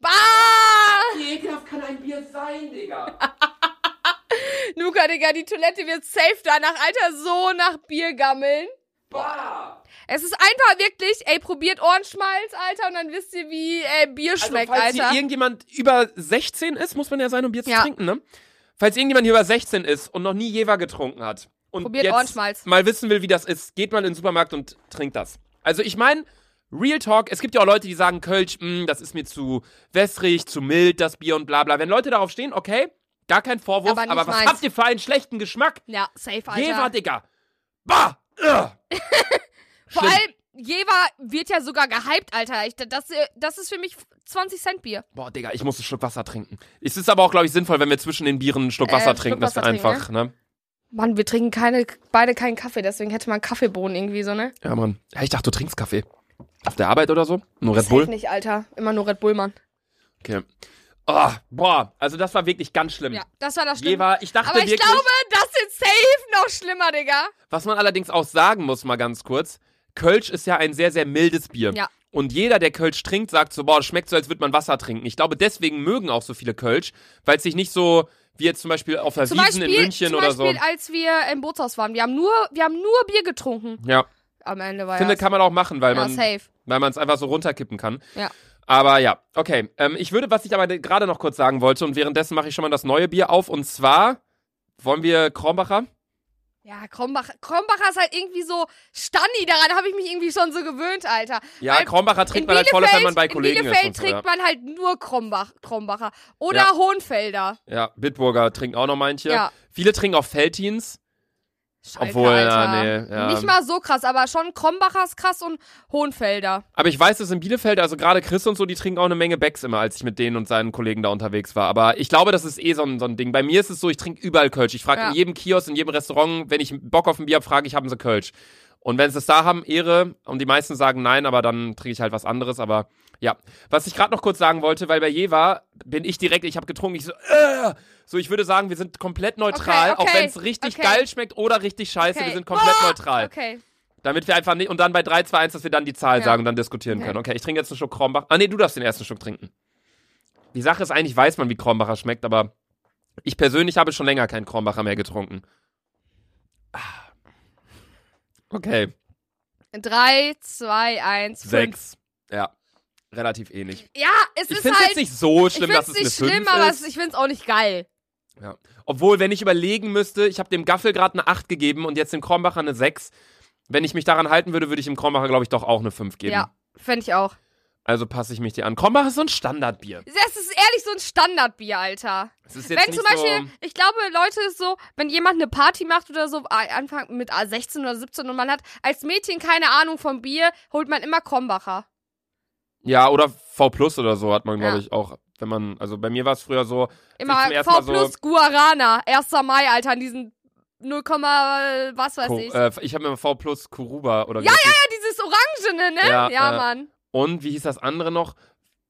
Speaker 2: Bah.
Speaker 1: Wie ekelhaft kann ein Bier sein, Digga?
Speaker 2: Luca, Digga, die Toilette wird safe danach, Alter, so nach Bier gammeln.
Speaker 1: Bah.
Speaker 2: Es ist einfach wirklich, ey, probiert Ohrenschmalz, Alter, und dann wisst ihr, wie äh, Bier
Speaker 1: Also,
Speaker 2: schmeckt,
Speaker 1: falls
Speaker 2: Alter.
Speaker 1: hier irgendjemand über 16 ist, muss man ja sein, um Bier zu
Speaker 2: Ja.
Speaker 1: trinken, ne? Falls irgendjemand hier über 16 ist und noch nie Jever getrunken hat und
Speaker 2: Probiert
Speaker 1: jetzt
Speaker 2: Ohrenschmalz.
Speaker 1: mal wissen will, wie das ist, geht mal in den Supermarkt und trinkt das. Also, ich meine, Real Talk, es gibt ja auch Leute, die sagen, Kölsch, mh, das ist mir zu wässrig, zu mild, das Bier und bla bla. Wenn Leute darauf stehen, okay, gar kein Vorwurf,
Speaker 2: Aber
Speaker 1: aber,
Speaker 2: nicht
Speaker 1: was
Speaker 2: meins.
Speaker 1: habt ihr für einen schlechten Geschmack?
Speaker 2: Ja, safe, Alter.
Speaker 1: Jever, Digga. Bah! Ugh.
Speaker 2: Vor
Speaker 1: Schlimm.
Speaker 2: allem, Jever wird ja sogar gehypt, Alter. Ich, das, äh, das ist für mich 20 Cent Bier.
Speaker 1: Boah, Digga, ich muss einen Schluck Wasser trinken. Es ist aber auch, glaube ich, sinnvoll, wenn wir zwischen den Bieren einen Schluck
Speaker 2: Äh,
Speaker 1: Wasser
Speaker 2: Schluck
Speaker 1: trinken, dass wir
Speaker 2: Wasser trinken,
Speaker 1: einfach, ne?
Speaker 2: Mann, wir trinken keine, beide keinen Kaffee, deswegen hätte man Kaffeebohnen irgendwie so, ne?
Speaker 1: Ja, Mann. Ja, ich dachte, du trinkst Kaffee. Auf der Arbeit oder so? Nur Red
Speaker 2: Safe
Speaker 1: Bull?
Speaker 2: nicht, Alter. Immer nur Red Bull, Mann.
Speaker 1: Okay. Oh, boah, also das war wirklich ganz schlimm.
Speaker 2: Ja, das war das Schlimme.
Speaker 1: Jeva, ich dachte
Speaker 2: Aber ich
Speaker 1: wirklich,
Speaker 2: glaube, das ist safe noch schlimmer, Digga.
Speaker 1: was man allerdings auch sagen muss, mal ganz kurz, Kölsch ist ja ein sehr, sehr mildes Bier.
Speaker 2: Ja.
Speaker 1: Und jeder, der Kölsch trinkt, sagt so, boah, das schmeckt so, als würde man Wasser trinken. Ich glaube, deswegen mögen auch so viele Kölsch, weil es sich nicht so, wie jetzt zum Beispiel auf der
Speaker 2: Zum
Speaker 1: Wiesen
Speaker 2: Beispiel,
Speaker 1: in München
Speaker 2: zum
Speaker 1: oder
Speaker 2: Beispiel
Speaker 1: so.
Speaker 2: als wir im Bootshaus waren. Wir haben nur, wir haben nur Bier getrunken.
Speaker 1: Ja,
Speaker 2: Am Ende war
Speaker 1: finde,
Speaker 2: das.
Speaker 1: kann man auch machen, weil
Speaker 2: ja,
Speaker 1: man
Speaker 2: safe.
Speaker 1: weil man es einfach so runterkippen kann.
Speaker 2: Ja.
Speaker 1: Aber ja, okay. Ähm, ich würde, was ich aber gerade noch kurz sagen wollte, und währenddessen mache ich schon mal das neue Bier auf, und zwar wollen wir Kronbacher?
Speaker 2: Ja, Krombacher, Krombacher ist halt irgendwie so Stanni, daran habe ich mich irgendwie schon so gewöhnt, Alter.
Speaker 1: Ja,
Speaker 2: Weil
Speaker 1: Kronbacher
Speaker 2: In
Speaker 1: trinkt man halt voll, wenn man bei
Speaker 2: in
Speaker 1: Kollegen ist.
Speaker 2: Bielefeld
Speaker 1: Und so, ja.
Speaker 2: trinkt man halt nur Krombach, Krombacher. Oder
Speaker 1: Ja.
Speaker 2: Hohenfelder.
Speaker 1: ja, Bitburger trinken auch noch manche.
Speaker 2: Ja.
Speaker 1: Viele trinken auch Feltins.
Speaker 2: Schalke,
Speaker 1: Obwohl, ja,
Speaker 2: Alter.
Speaker 1: nee, ja.
Speaker 2: Nicht mal so krass, aber schon Krombacher ist krass und Hohenfelder.
Speaker 1: Aber ich weiß, dass in Bielefeld, also gerade Chris und so, die trinken auch eine Menge Becks immer, als ich mit denen und seinen Kollegen da unterwegs war. Aber ich glaube, das ist eh so ein, so ein Ding. Bei mir ist es so, ich trinke überall Kölsch. Ich frage
Speaker 2: Ja.
Speaker 1: in jedem Kiosk, in jedem Restaurant, wenn ich Bock auf ein Bier habe, frage ich, haben sie Kölsch. Und wenn sie es da haben, Ehre. Und die meisten sagen nein, aber dann trinke ich halt was anderes. Aber ja, was ich gerade noch kurz sagen wollte, weil bei Jeva bin ich direkt, ich habe getrunken, ich so, äh, so ich würde sagen, wir sind komplett neutral,
Speaker 2: Okay, okay,
Speaker 1: auch wenn es richtig
Speaker 2: okay.
Speaker 1: geil schmeckt oder richtig scheiße,
Speaker 2: Okay.
Speaker 1: wir sind komplett
Speaker 2: Boah,
Speaker 1: neutral.
Speaker 2: Okay.
Speaker 1: Damit wir einfach nicht. Und dann bei 3, 2, 1, dass wir dann die Zahl
Speaker 2: Ja.
Speaker 1: sagen und dann diskutieren
Speaker 2: Okay.
Speaker 1: können. Okay, ich trinke jetzt einen Schluck Krombach. Ah, nee, du darfst den ersten Schluck trinken. Die Sache ist eigentlich, weiß man, wie Krombacher schmeckt, aber ich persönlich habe schon länger keinen Krombacher mehr getrunken. Ah. Okay,
Speaker 2: Drei, zwei, eins, fünf.
Speaker 1: sechs. Ja, relativ ähnlich.
Speaker 2: Ja, es
Speaker 1: Ich
Speaker 2: ist
Speaker 1: finde es
Speaker 2: halt.
Speaker 1: jetzt nicht so
Speaker 2: ich
Speaker 1: schlimm,
Speaker 2: find's
Speaker 1: dass es eine
Speaker 2: nicht
Speaker 1: 5
Speaker 2: schlimm, aber es-
Speaker 1: ist.
Speaker 2: ich finde es auch nicht geil.
Speaker 1: Obwohl, wenn ich überlegen müsste, ich habe dem Gaffel gerade eine 8 gegeben und jetzt dem Krombacher eine 6. Wenn ich mich daran halten würde, würde ich dem Krombacher, glaube ich, doch auch eine 5 geben.
Speaker 2: Ja, fände ich auch.
Speaker 1: Also passe ich mich dir an. Krombach ist so ein Standardbier.
Speaker 2: Das ist ehrlich so ein Standardbier, Alter.
Speaker 1: Es ist jetzt
Speaker 2: Wenn
Speaker 1: nicht
Speaker 2: zum Beispiel,
Speaker 1: so,
Speaker 2: ich glaube, Leute ist so, wenn jemand eine Party macht oder so, ah, Anfang mit ah, 16 oder 17 und man hat als Mädchen keine Ahnung vom Bier, holt man immer Krombacher.
Speaker 1: ja, oder V Plus oder so hat man, glaube
Speaker 2: Ja.
Speaker 1: ich, auch, wenn man, also bei mir war es früher so,
Speaker 2: Immer
Speaker 1: zum ersten
Speaker 2: V
Speaker 1: Mal so-
Speaker 2: plus Guarana, 1. Mai, Alter, in diesen 0, äh, was weiß
Speaker 1: Ko-
Speaker 2: ich.
Speaker 1: äh, ich habe immer V Plus Kuruba oder wie
Speaker 2: Ja,
Speaker 1: das hieß.
Speaker 2: ja, dieses Orangene, ne?
Speaker 1: Ja,
Speaker 2: Ja,
Speaker 1: äh,
Speaker 2: Mann.
Speaker 1: Und wie hieß das andere noch?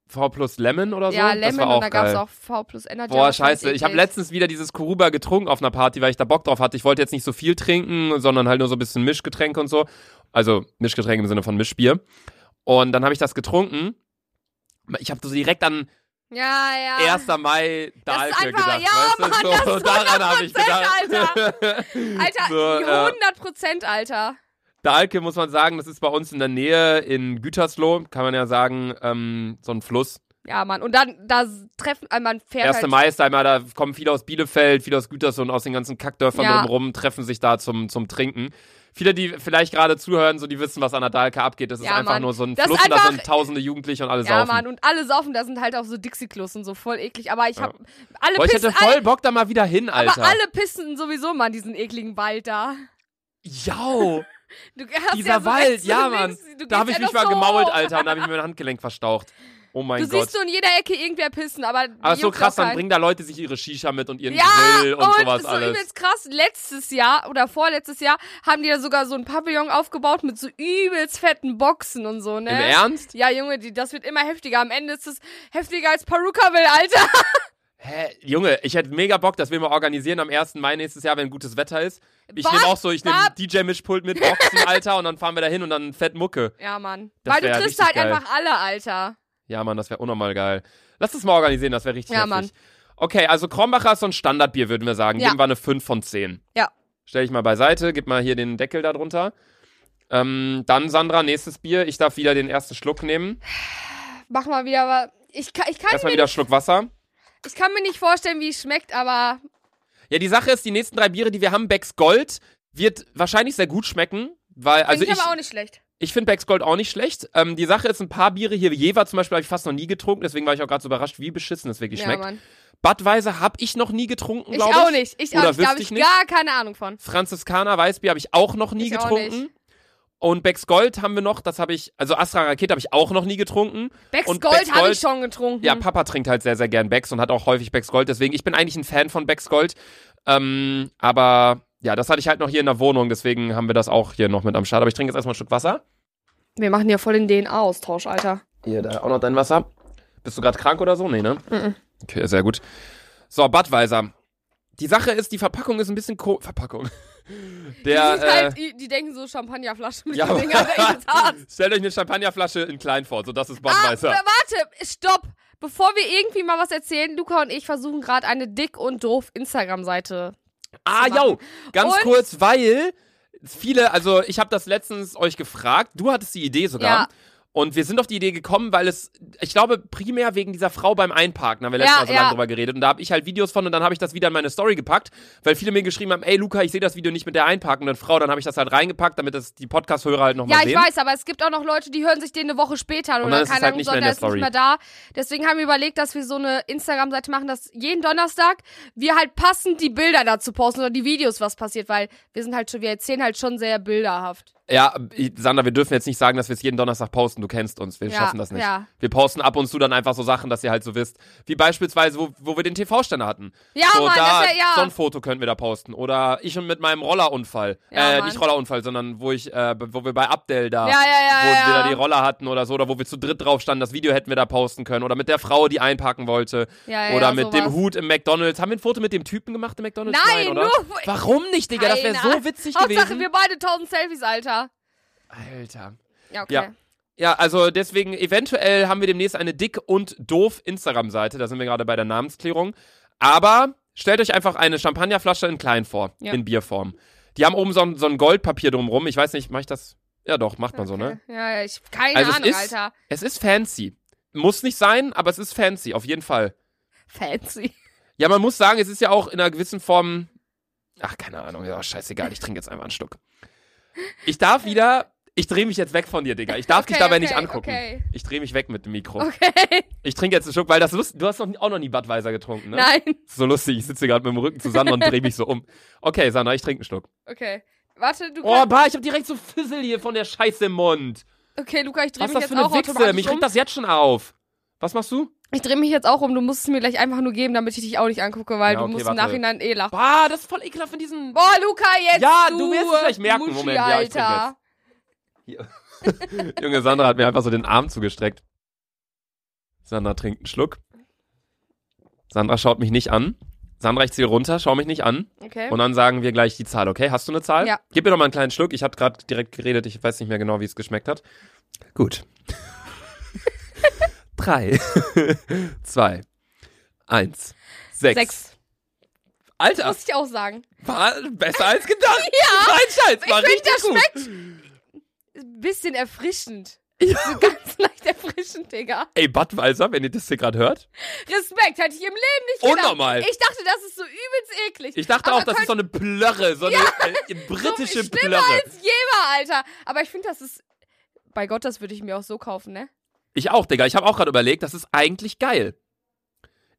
Speaker 1: V Plus Lemon oder so?
Speaker 2: Ja,
Speaker 1: das war
Speaker 2: Lemon
Speaker 1: auch
Speaker 2: und da gab es
Speaker 1: geil.
Speaker 2: auch V plus Energy. aber
Speaker 1: Boah,
Speaker 2: das war
Speaker 1: scheiße.
Speaker 2: ganz
Speaker 1: Ich habe
Speaker 2: eklig.
Speaker 1: letztens wieder dieses Kuruba getrunken auf einer Party, weil ich da Bock drauf hatte. Ich wollte jetzt nicht so viel trinken, sondern halt nur so ein bisschen Mischgetränke und so. Also Mischgetränke im Sinne von Mischbier. Und dann habe ich das getrunken. Ich habe so direkt an
Speaker 2: Ja, ja.
Speaker 1: 1. Mai
Speaker 2: Ah. Das ist
Speaker 1: Dahlke
Speaker 2: einfach-
Speaker 1: gedacht.
Speaker 2: ja,
Speaker 1: weißt du?
Speaker 2: Mann, das
Speaker 1: so,
Speaker 2: ist
Speaker 1: daran habe ich
Speaker 2: 100%,
Speaker 1: gedacht.
Speaker 2: Alter,
Speaker 1: so, ja.
Speaker 2: 100 Prozent, Alter.
Speaker 1: Dahlke muss man sagen, das ist bei uns in der Nähe in Gütersloh, kann man ja sagen, ähm, so ein Fluss.
Speaker 2: Ja, Mann. Und dann, da treffen, äh, man fährt
Speaker 1: 1.
Speaker 2: halt
Speaker 1: Mai ist da immer, da kommen viele aus Bielefeld, viele aus Gütersloh und aus den ganzen Kackdörfern
Speaker 2: Ja.
Speaker 1: drumherum, treffen sich da zum, zum Trinken. Viele, die vielleicht gerade zuhören, so die wissen, was an der Dahlke abgeht. Das ist
Speaker 2: Ja,
Speaker 1: einfach
Speaker 2: Mann.
Speaker 1: nur so ein
Speaker 2: Das ist
Speaker 1: Fluss und da
Speaker 2: einfach-
Speaker 1: sind tausende Jugendliche und alle
Speaker 2: Ja,
Speaker 1: saufen.
Speaker 2: Mann, und alle saufen, da sind halt auch so Dixie-Klos und so voll eklig. Aber ich hab. Alle
Speaker 1: Boah, ich
Speaker 2: pissen.
Speaker 1: hätte voll
Speaker 2: alle,
Speaker 1: Bock, da mal wieder hin,
Speaker 2: aber
Speaker 1: Alter.
Speaker 2: alle pissen sowieso mal in diesen ekligen Wald da.
Speaker 1: Jau!
Speaker 2: Du hast
Speaker 1: Dieser
Speaker 2: ja so
Speaker 1: Wald,
Speaker 2: rechts und
Speaker 1: ja, Mann.
Speaker 2: links, du
Speaker 1: Da habe ich
Speaker 2: gehst
Speaker 1: mich
Speaker 2: ja
Speaker 1: mal
Speaker 2: noch so
Speaker 1: gemault,
Speaker 2: hoch.
Speaker 1: Alter, und da habe ich mir mein Handgelenk verstaucht. Oh mein
Speaker 2: Du
Speaker 1: Gott.
Speaker 2: siehst so in jeder Ecke irgendwer pissen, aber.
Speaker 1: Aber ist so
Speaker 2: juckt
Speaker 1: krass,
Speaker 2: auch
Speaker 1: dann
Speaker 2: keinen.
Speaker 1: bringen da Leute sich ihre Shisha mit und ihren
Speaker 2: ja,
Speaker 1: Grill und, sowas
Speaker 2: so
Speaker 1: alles.
Speaker 2: übelst krass. Letztes Jahr oder vorletztes Jahr haben die da sogar so ein Pavillon aufgebaut mit so übelst fetten Boxen und so, ne?
Speaker 1: Im Ernst?
Speaker 2: Ja, Junge, die, das wird immer heftiger. Am Ende ist es heftiger als Perukaville, Alter.
Speaker 1: Hä, Junge, ich hätte mega Bock, dass wir mal organisieren am 1. Mai nächstes Jahr, wenn gutes Wetter ist. Ich
Speaker 2: Bob,
Speaker 1: nehme auch so, ich nehme
Speaker 2: Bob.
Speaker 1: DJ-Mischpult mit, Boxen, Alter, und dann fahren wir da hin und dann fett Mucke.
Speaker 2: Ja, Mann.
Speaker 1: Das
Speaker 2: Weil
Speaker 1: wär
Speaker 2: du
Speaker 1: ja
Speaker 2: triffst
Speaker 1: richtig
Speaker 2: halt
Speaker 1: geil.
Speaker 2: einfach alle, Alter.
Speaker 1: Ja, Mann, das wäre unnormal geil. Lass das mal organisieren, das wäre richtig
Speaker 2: Ja,
Speaker 1: heftig.
Speaker 2: Mann.
Speaker 1: Okay, also Krombacher ist so ein Standardbier, würden wir sagen.
Speaker 2: Ja.
Speaker 1: Geben wir eine 5 von 10.
Speaker 2: Ja.
Speaker 1: Stell ich mal beiseite, gib mal hier den Deckel da drunter. Ähm, dann, Sandra, nächstes Bier. Ich darf wieder den ersten Schluck nehmen.
Speaker 2: Mach mal wieder was. Ich kann, ich, kann
Speaker 1: Erstmal
Speaker 2: mir,
Speaker 1: wieder Schluck Wasser.
Speaker 2: ich kann mir nicht vorstellen, wie es schmeckt, aber
Speaker 1: Ja, die Sache ist, die nächsten drei Biere, die wir haben, Becks Gold, wird wahrscheinlich sehr gut schmecken. Weil, also
Speaker 2: also
Speaker 1: ich,
Speaker 2: ich aber auch nicht schlecht.
Speaker 1: ich finde Becks Gold auch nicht schlecht. Ähm, die Sache ist, ein paar Biere hier, Jever zum Beispiel, habe ich fast noch nie getrunken. Deswegen war ich auch gerade so überrascht, wie beschissen es wirklich
Speaker 2: ja,
Speaker 1: schmeckt.
Speaker 2: Mann.
Speaker 1: Budweiser habe ich noch nie getrunken,
Speaker 2: Ich
Speaker 1: glaube ich.
Speaker 2: auch nicht. Ich auch
Speaker 1: Oder
Speaker 2: nicht. Da
Speaker 1: wüsste
Speaker 2: habe
Speaker 1: ich
Speaker 2: ich
Speaker 1: nicht.
Speaker 2: gar keine Ahnung von.
Speaker 1: Franziskaner Weißbier habe ich auch noch nie
Speaker 2: Ich auch
Speaker 1: getrunken.
Speaker 2: nicht.
Speaker 1: Und Becks Gold haben wir noch, das habe ich, also Astra Rakete habe ich auch noch nie getrunken.
Speaker 2: Becks
Speaker 1: Und
Speaker 2: Gold
Speaker 1: Becks
Speaker 2: habe
Speaker 1: Gold-
Speaker 2: ich schon getrunken.
Speaker 1: Ja, Papa trinkt halt sehr, sehr gern Becks und hat auch häufig Becks Gold. Deswegen, ich bin eigentlich ein Fan von Becks Gold. Ähm, aber ja, das hatte ich halt noch hier in der Wohnung. Deswegen haben wir das auch hier noch mit am Start. Aber ich trinke jetzt erstmal ein Stück Wasser.
Speaker 2: Wir machen ja voll den DNA-Austausch, Alter.
Speaker 1: Hier, da auch noch dein Wasser. Bist du gerade krank oder so? Nee, ne? Okay, sehr gut. So, Budweiser. Die Sache ist, die Verpackung ist ein bisschen ko Verpackung. Der,
Speaker 2: die, sind halt,
Speaker 1: äh,
Speaker 2: die die denken so Champagnerflaschen mit
Speaker 1: Ja,
Speaker 2: ja, den Dingern. da ist es hart.
Speaker 1: stellt euch eine Champagnerflasche in klein vor, so das ist
Speaker 2: Ah,
Speaker 1: Budweiser.
Speaker 2: wa- warte, stopp. Bevor wir irgendwie mal was erzählen, Luca und ich versuchen gerade eine dick und doof Instagram-Seite.
Speaker 1: Ah,
Speaker 2: zu machen.
Speaker 1: yo, ganz
Speaker 2: Und-
Speaker 1: kurz, weil viele, also ich habe das letztens euch gefragt, du hattest die Idee sogar.
Speaker 2: Ja.
Speaker 1: Und wir sind auf die Idee gekommen, weil es, ich glaube, primär wegen dieser Frau beim Einparken, da haben wir letztes
Speaker 2: Ja,
Speaker 1: Mal so
Speaker 2: ja.
Speaker 1: lange drüber geredet. Und da habe ich halt Videos von und dann habe ich das wieder in meine Story gepackt, weil viele mir geschrieben haben, ey Luca, ich sehe das Video nicht mit der einparkenden Frau. Dann habe ich das halt reingepackt, damit das die Podcast-Hörer halt nochmal
Speaker 2: Ja,
Speaker 1: sehen.
Speaker 2: ich weiß, aber es gibt auch noch Leute, die hören sich den eine Woche später an
Speaker 1: Und
Speaker 2: oder
Speaker 1: dann ist es
Speaker 2: keine
Speaker 1: halt
Speaker 2: Ahnung,
Speaker 1: nicht
Speaker 2: so,
Speaker 1: mehr in
Speaker 2: da
Speaker 1: der
Speaker 2: ist nicht
Speaker 1: Story.
Speaker 2: mehr da. Deswegen haben wir überlegt, dass wir so eine Instagram-Seite machen, dass jeden Donnerstag wir halt passend die Bilder dazu posten oder die Videos, was passiert, weil wir sind halt schon, wir erzählen halt schon sehr bilderhaft.
Speaker 1: Ja, ich- Sander, wir dürfen jetzt nicht sagen, dass wir es jeden Donnerstag posten. Du kennst uns, wir
Speaker 2: Ja,
Speaker 1: schaffen das nicht.
Speaker 2: ja.
Speaker 1: Wir posten ab und zu dann einfach so Sachen, dass ihr halt so wisst. Wie beispielsweise, wo, wo wir den TV-Ständer hatten.
Speaker 2: Ja,
Speaker 1: so,
Speaker 2: Mann,
Speaker 1: da,
Speaker 2: das wär- ja.
Speaker 1: So ein Foto könnten wir da posten. Oder ich und mit meinem Rollerunfall.
Speaker 2: Ja,
Speaker 1: äh,
Speaker 2: Mann.
Speaker 1: nicht Rollerunfall, sondern wo ich, äh, wo wir bei Abdel da,
Speaker 2: Ja, ja, ja,
Speaker 1: wo
Speaker 2: ja.
Speaker 1: wir da die Roller hatten oder so, oder wo wir zu dritt drauf standen, das Video hätten wir da posten können. Oder mit der Frau, die einpacken wollte.
Speaker 2: Ja, ja,
Speaker 1: oder
Speaker 2: ja,
Speaker 1: mit dem
Speaker 2: sowas.
Speaker 1: Hut im McDonalds. Haben wir ein Foto mit dem Typen gemacht im McDonalds?
Speaker 2: Nein,
Speaker 1: oder?
Speaker 2: nur-
Speaker 1: Warum nicht, Digga? Das wäre
Speaker 2: Keiner.
Speaker 1: so witzig
Speaker 2: Hauptsache,
Speaker 1: gewesen.
Speaker 2: wir beide 1000 Selfies, Alter.
Speaker 1: Alter.
Speaker 2: Ja, okay.
Speaker 1: Ja. Ja, also deswegen, eventuell haben wir demnächst eine dick und doof Instagram-Seite. Da sind wir gerade bei der Namensklärung. Aber stellt euch einfach eine Champagnerflasche in klein vor,
Speaker 2: Ja.
Speaker 1: in Bierform. Die haben oben so ein, so ein Goldpapier drumrum. Ich weiß nicht, mach ich das? Ja, doch, macht man so, ne?
Speaker 2: Ja, ja, ich, keine
Speaker 1: Also es
Speaker 2: Ahnung,
Speaker 1: ist-
Speaker 2: Alter.
Speaker 1: Es ist fancy. Muss nicht sein, aber es ist fancy, auf jeden Fall.
Speaker 2: Fancy.
Speaker 1: Ja, man muss sagen, es ist ja auch in einer gewissen Form. Ach, keine Ahnung, ja, scheißegal, ich trinke jetzt einfach einen Schluck. Ich darf wieder. Ich drehe mich jetzt weg von dir, Digga. Ich darf dich
Speaker 2: Okay,
Speaker 1: dabei
Speaker 2: okay,
Speaker 1: nicht angucken.
Speaker 2: okay.
Speaker 1: Ich drehe mich weg mit dem Mikro.
Speaker 2: Okay,
Speaker 1: Ich trinke jetzt einen Schluck, weil das Lust, du hast noch, nie- auch noch nie Budweiser getrunken, ne?
Speaker 2: nein.
Speaker 1: Das ist so lustig, ich sitze hier gerade mit dem Rücken zusammen und drehe mich so um. Okay, Sandra, ich trinke einen Schluck.
Speaker 2: Okay. Warte, du
Speaker 1: Oh,
Speaker 2: kannst.
Speaker 1: bah, ich hab direkt so Fissel hier von der Scheiße im Mund.
Speaker 2: Okay, Luca, ich drehe
Speaker 1: Was ist
Speaker 2: mich
Speaker 1: das
Speaker 2: jetzt
Speaker 1: für eine
Speaker 2: auch
Speaker 1: Wichse?
Speaker 2: automatisch
Speaker 1: Mich
Speaker 2: um.
Speaker 1: regt das jetzt schon auf. Was machst du?
Speaker 2: Ich drehe mich jetzt auch um. Du musst es mir gleich einfach nur geben, damit ich dich auch nicht angucke, weil
Speaker 1: Ja,
Speaker 2: du
Speaker 1: okay,
Speaker 2: musst
Speaker 1: warte.
Speaker 2: im Nachhinein eh lachen.
Speaker 1: Bah, das ist voll ekelhaft in diesen...
Speaker 2: Boah, Luca, jetzt
Speaker 1: Ja,
Speaker 2: du, äh,
Speaker 1: du wirst es gleich merken.
Speaker 2: Muschi,
Speaker 1: Moment, ja, ich
Speaker 2: Alter.
Speaker 1: trinke Junge, Sandra hat mir einfach so den Arm zugestreckt. Sandra trinkt einen Schluck. Sandra schaut mich nicht an. Sandra, ich ziehe runter, schau mich nicht an.
Speaker 2: Okay.
Speaker 1: Und dann sagen wir gleich die Zahl, okay? Hast du eine Zahl?
Speaker 2: Ja.
Speaker 1: Gib mir noch mal einen kleinen Schluck. Ich habe gerade direkt geredet. Ich weiß nicht mehr genau, wie es geschmeckt hat. Gut. Drei. Zwei. Eins. Sechs.
Speaker 2: Sechs.
Speaker 1: Alter,
Speaker 2: Muss ich auch sagen.
Speaker 1: war besser als gedacht. ja. Kein Scheiß, war
Speaker 2: ich
Speaker 1: richtig
Speaker 2: finde, das
Speaker 1: gut.
Speaker 2: schmeckt ein bisschen erfrischend. So ganz leicht erfrischend, Digga.
Speaker 1: Ey, Budweiser, wenn ihr das hier gerade hört.
Speaker 2: Respekt, hätte ich im Leben nicht gedacht.
Speaker 1: Unnormal.
Speaker 2: Ich dachte, das ist so übelst eklig.
Speaker 1: Ich dachte
Speaker 2: Aber
Speaker 1: auch, das ist so eine Plörre, so eine äh, britische
Speaker 2: so schlimmer
Speaker 1: Plörre.
Speaker 2: als Jeber, Alter. Aber ich finde, das ist. Bei Gott, das würde ich mir auch so kaufen, ne?
Speaker 1: Ich auch, Digga. Ich habe auch gerade überlegt, das ist eigentlich geil.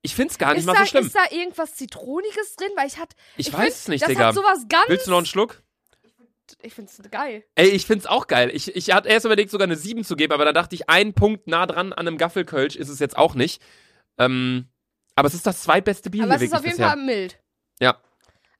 Speaker 1: Ich find's gar nicht
Speaker 2: Ist
Speaker 1: mal
Speaker 2: da,
Speaker 1: so schlimm.
Speaker 2: ist da irgendwas Zitroniges drin? Weil ich hat.
Speaker 1: ich,
Speaker 2: ich
Speaker 1: weiß
Speaker 2: find,
Speaker 1: es nicht,
Speaker 2: das
Speaker 1: Digga.
Speaker 2: Hat sowas ganz,
Speaker 1: Willst du noch einen Schluck?
Speaker 2: ich find's geil.
Speaker 1: Ey, ich find's auch geil. Ich, ich hatte erst überlegt, sogar eine 7 zu geben, aber da dachte ich, ein Punkt nah dran an einem Gaffelkölsch ist es jetzt auch nicht. Ähm, aber es ist das zweitbeste Bier
Speaker 2: Aber
Speaker 1: hier
Speaker 2: es ist
Speaker 1: wirklich
Speaker 2: auf jeden
Speaker 1: bisher.
Speaker 2: Fall mild.
Speaker 1: Ja.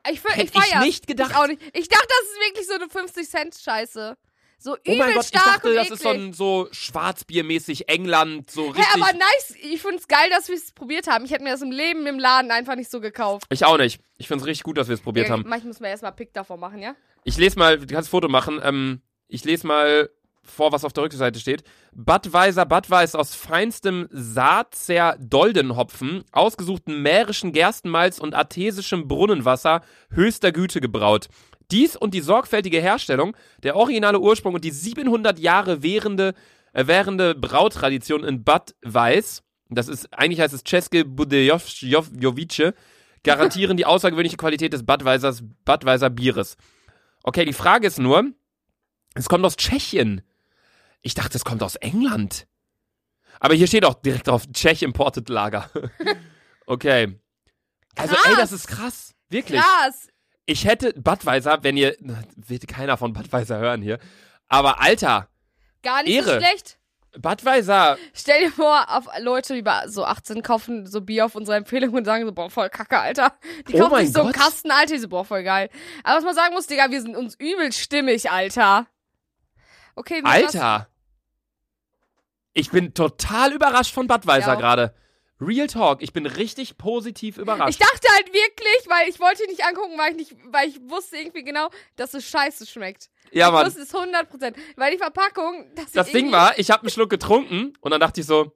Speaker 2: Ich, fe-
Speaker 1: Hätte
Speaker 2: ich feier's.
Speaker 1: ich nicht gedacht.
Speaker 2: Ich auch nicht. Ich dachte, das ist wirklich so eine 50-Cent-Scheiße. So übel
Speaker 1: oh mein Gott, ich
Speaker 2: stark
Speaker 1: dachte,
Speaker 2: und
Speaker 1: das
Speaker 2: eklig.
Speaker 1: ist so, ein, so schwarzbiermäßig England, so
Speaker 2: Hä,
Speaker 1: richtig.
Speaker 2: aber nice. Ich find's geil, dass wir es probiert haben. Ich hätte mir das im Leben im Laden einfach nicht so gekauft.
Speaker 1: ich auch nicht. Ich find's richtig gut, dass wir es probiert
Speaker 2: Ja,
Speaker 1: haben.
Speaker 2: Manchmal muss man erstmal Pick davon machen, ja?
Speaker 1: Ich lese mal, du kannst ein Foto machen. Ähm, ich lese mal vor, was auf der Rückseite steht. Budweiser Budweis aus feinstem Saatzer Doldenhopfen, ausgesuchten mährischen Gerstenmalz und artesischem Brunnenwasser höchster Güte gebraut. Dies und die sorgfältige Herstellung, der originale Ursprung und die 700 Jahre währende, äh, währende Brautradition in Budweis, das ist, eigentlich heißt es Czeske Budejowice, garantieren die außergewöhnliche Qualität des Budweisers, Budweiser Bieres. Okay, die Frage ist nur, es kommt aus Tschechien. Ich dachte, es kommt aus England. Aber hier steht auch direkt drauf, Czech Imported Lager. okay. Also, ey, das ist krass. Wirklich.
Speaker 2: Krass.
Speaker 1: Ich hätte Budweiser, wenn ihr. na, Wird keiner von Budweiser hören hier. Aber Alter,
Speaker 2: Gar nicht so
Speaker 1: Ehre.
Speaker 2: schlecht.
Speaker 1: Budweiser.
Speaker 2: Stell dir vor, auf Leute über so 18 kaufen so Bier auf unsere Empfehlung und sagen so, boah, voll kacke, Alter. Die
Speaker 1: Oh
Speaker 2: kaufen
Speaker 1: mein
Speaker 2: sich so einen
Speaker 1: Gott.
Speaker 2: Kasten, Alter, die so, boah, voll geil. Aber was man sagen muss, Digga, wir sind uns übel stimmig, Alter. Okay, Lukas,
Speaker 1: Alter. Ich bin total überrascht von Budweiser
Speaker 2: Ja.
Speaker 1: gerade. Real Talk, ich bin richtig positiv
Speaker 2: Ich
Speaker 1: überrascht.
Speaker 2: dachte halt wirklich, weil ich wollte ihn nicht angucken, weil ich nicht, weil ich wusste irgendwie genau, dass es scheiße schmeckt.
Speaker 1: ja,
Speaker 2: Ich
Speaker 1: Mann.
Speaker 2: wusste eh es 100%. Weil die Verpackung, das,
Speaker 1: Das Ding war, ich habe einen Schluck getrunken und dann dachte ich so,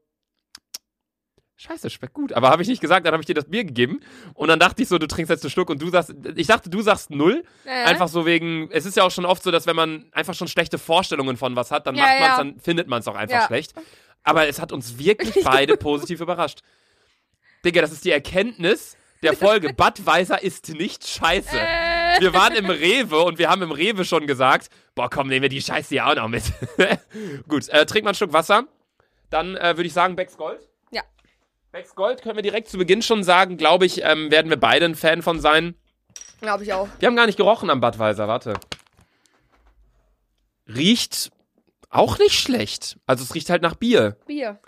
Speaker 1: Scheiße, schmeckt gut. Aber habe ich nicht gesagt, dann habe ich dir das Bier gegeben. Und dann dachte ich so, du trinkst jetzt einen Schluck und du sagst, ich dachte, du sagst null.
Speaker 2: ne, Äh?
Speaker 1: Einfach so wegen, es ist ja auch schon oft so, dass wenn man einfach schon schlechte Vorstellungen von was hat, dann
Speaker 2: Ja,
Speaker 1: macht man es,
Speaker 2: ja.
Speaker 1: dann findet man es auch einfach
Speaker 2: Ja.
Speaker 1: schlecht. Aber es hat uns wirklich beide positiv überrascht. Digga, das ist die Erkenntnis der Folge. Budweiser ist nicht scheiße.
Speaker 2: Äh,
Speaker 1: Wir waren im Rewe und wir haben im Rewe schon gesagt, boah, komm, nehmen wir die Scheiße hier auch noch mit. Gut, äh, trink mal einen Schluck Wasser. Dann äh, würde ich sagen, Becks Gold.
Speaker 2: Ja.
Speaker 1: Becks Gold können wir direkt zu Beginn schon sagen, glaube ich, ähm, werden wir beide ein Fan von sein.
Speaker 2: glaube ich auch.
Speaker 1: Wir haben gar nicht gerochen am Budweiser, warte. Riecht auch nicht schlecht. Also es riecht halt nach Bier.
Speaker 2: Bier.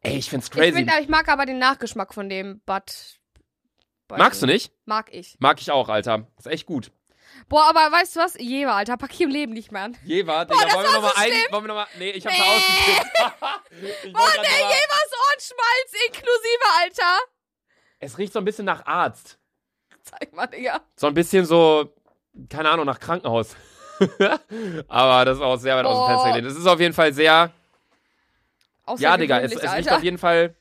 Speaker 1: Ey, ich find's
Speaker 2: Ich,
Speaker 1: crazy.
Speaker 2: find, aber ich mag aber den Nachgeschmack von dem Bad. Bad-
Speaker 1: Magst du nicht?
Speaker 2: Mag ich.
Speaker 1: Mag ich auch, Alter. Ist echt gut.
Speaker 2: Boah, aber weißt du was? Jewe, Alter, pack ich im Leben nicht mehr an.
Speaker 1: Jeva, Digga, wollen wir nochmal ein... Wollen wir noch mal, nee, ich hab's nee. ausgekippt. Ich wollt grad
Speaker 2: Boah, der
Speaker 1: noch mal-
Speaker 2: Jevers Ohrenschmalz inklusive, Alter.
Speaker 1: es riecht so ein bisschen nach Arzt.
Speaker 2: Zeig mal, Digga.
Speaker 1: So ein bisschen so, keine Ahnung, nach Krankenhaus. Aber das ist auch sehr weit aus dem
Speaker 2: Boah.
Speaker 1: Fenster gelehnt. Das ist auf jeden Fall sehr... Ja, Digga, es,
Speaker 2: Außergewöhnlich,
Speaker 1: es riecht
Speaker 2: Alter.
Speaker 1: auf jeden Fall.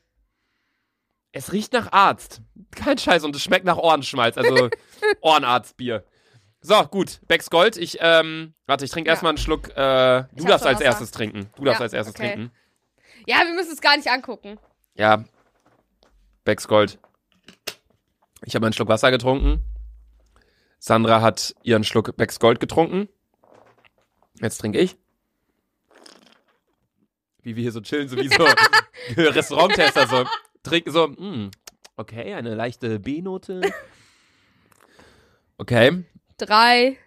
Speaker 1: Es riecht nach Arzt. Kein Scheiß und es schmeckt nach Ohrenschmalz, also Ohrenarztbier. So, gut, Becks Gold. Ich, ähm, warte, ich trinke
Speaker 2: Ja.
Speaker 1: erstmal einen Schluck. Äh, du
Speaker 2: hab
Speaker 1: darfst
Speaker 2: schon
Speaker 1: als
Speaker 2: Wasser.
Speaker 1: erstes trinken. Du darfst
Speaker 2: Ja,
Speaker 1: als erstes
Speaker 2: okay.
Speaker 1: trinken.
Speaker 2: Ja, wir müssen es gar nicht angucken.
Speaker 1: Ja. Becks Gold. Ich habe einen Schluck Wasser getrunken. Sandra hat ihren Schluck Becks Gold getrunken. Jetzt trinke ich. Wie wir hier so chillen, so wie so Restauranttester so trinken so. mm, okay, eine leichte B-Note. Okay,
Speaker 2: 3,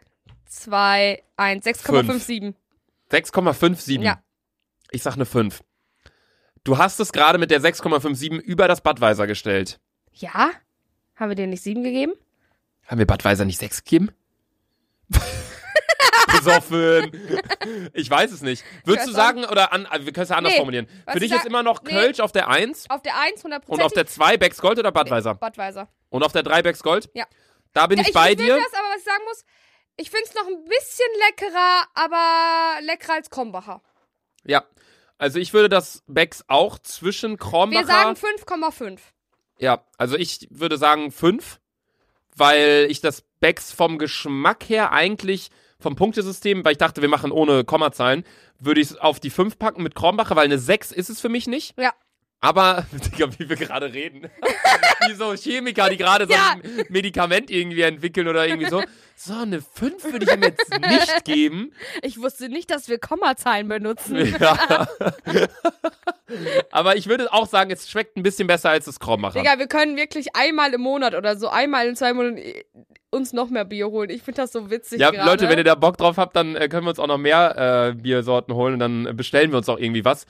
Speaker 2: 2, 1,
Speaker 1: Fünf.
Speaker 2: 6,57.
Speaker 1: 6,57.
Speaker 2: Ja.
Speaker 1: Ich sag eine 5. Du hast es gerade mit der 6,57 über das Budweiser gestellt.
Speaker 2: Ja? Haben wir dir nicht 7 gegeben?
Speaker 1: Haben wir Budweiser nicht sechs gegeben? Besoffen. Ich weiß es nicht. Würdest du
Speaker 2: Ich weiß auch
Speaker 1: sagen, oder an, äh, wir können es ja anders
Speaker 2: Nee.
Speaker 1: formulieren.
Speaker 2: Was
Speaker 1: Für dich
Speaker 2: ich
Speaker 1: ist
Speaker 2: sag-
Speaker 1: immer noch
Speaker 2: nee.
Speaker 1: Kölsch auf der 1
Speaker 2: Auf der 1 100%.
Speaker 1: und auf der 2 Becks Gold oder Budweiser?
Speaker 2: Budweiser.
Speaker 1: Und auf der 3 Becks Gold?
Speaker 2: Ja.
Speaker 1: Da bin
Speaker 2: Ja,
Speaker 1: ich bei
Speaker 2: ich will
Speaker 1: dir.
Speaker 2: das, aber was ich sagen muss, ich finde es noch ein bisschen leckerer, aber leckerer als Krombacher.
Speaker 1: Ja. Also ich würde das Becks auch zwischen Krombacher...
Speaker 2: Wir sagen 5,5.
Speaker 1: Ja, also ich würde sagen fünf, weil ich das Becks vom Geschmack her eigentlich vom Punktesystem, weil ich dachte, wir machen ohne Kommazahlen, würde ich es auf die fünf packen mit Kronbacher, weil eine sechs ist es für mich nicht.
Speaker 2: Ja.
Speaker 1: Aber, Digga, wie wir gerade reden. wie so Chemiker, die gerade so
Speaker 2: Ja.
Speaker 1: ein Medikament irgendwie entwickeln oder irgendwie so. So, eine fünf würde ich ihm jetzt nicht geben.
Speaker 2: Ich wusste nicht, dass wir Kommazahlen benutzen.
Speaker 1: Ja. Aber ich würde auch sagen, es schmeckt ein bisschen besser als das Kronbacher.
Speaker 2: Digga, wir können wirklich einmal im Monat oder so, einmal in zwei Monaten äh, uns noch mehr Bier holen. Ich finde das so witzig.
Speaker 1: Ja,
Speaker 2: gerade.
Speaker 1: Leute, wenn ihr da Bock drauf habt, dann äh, können wir uns auch noch mehr äh, Biersorten holen und dann äh, bestellen wir uns auch irgendwie was.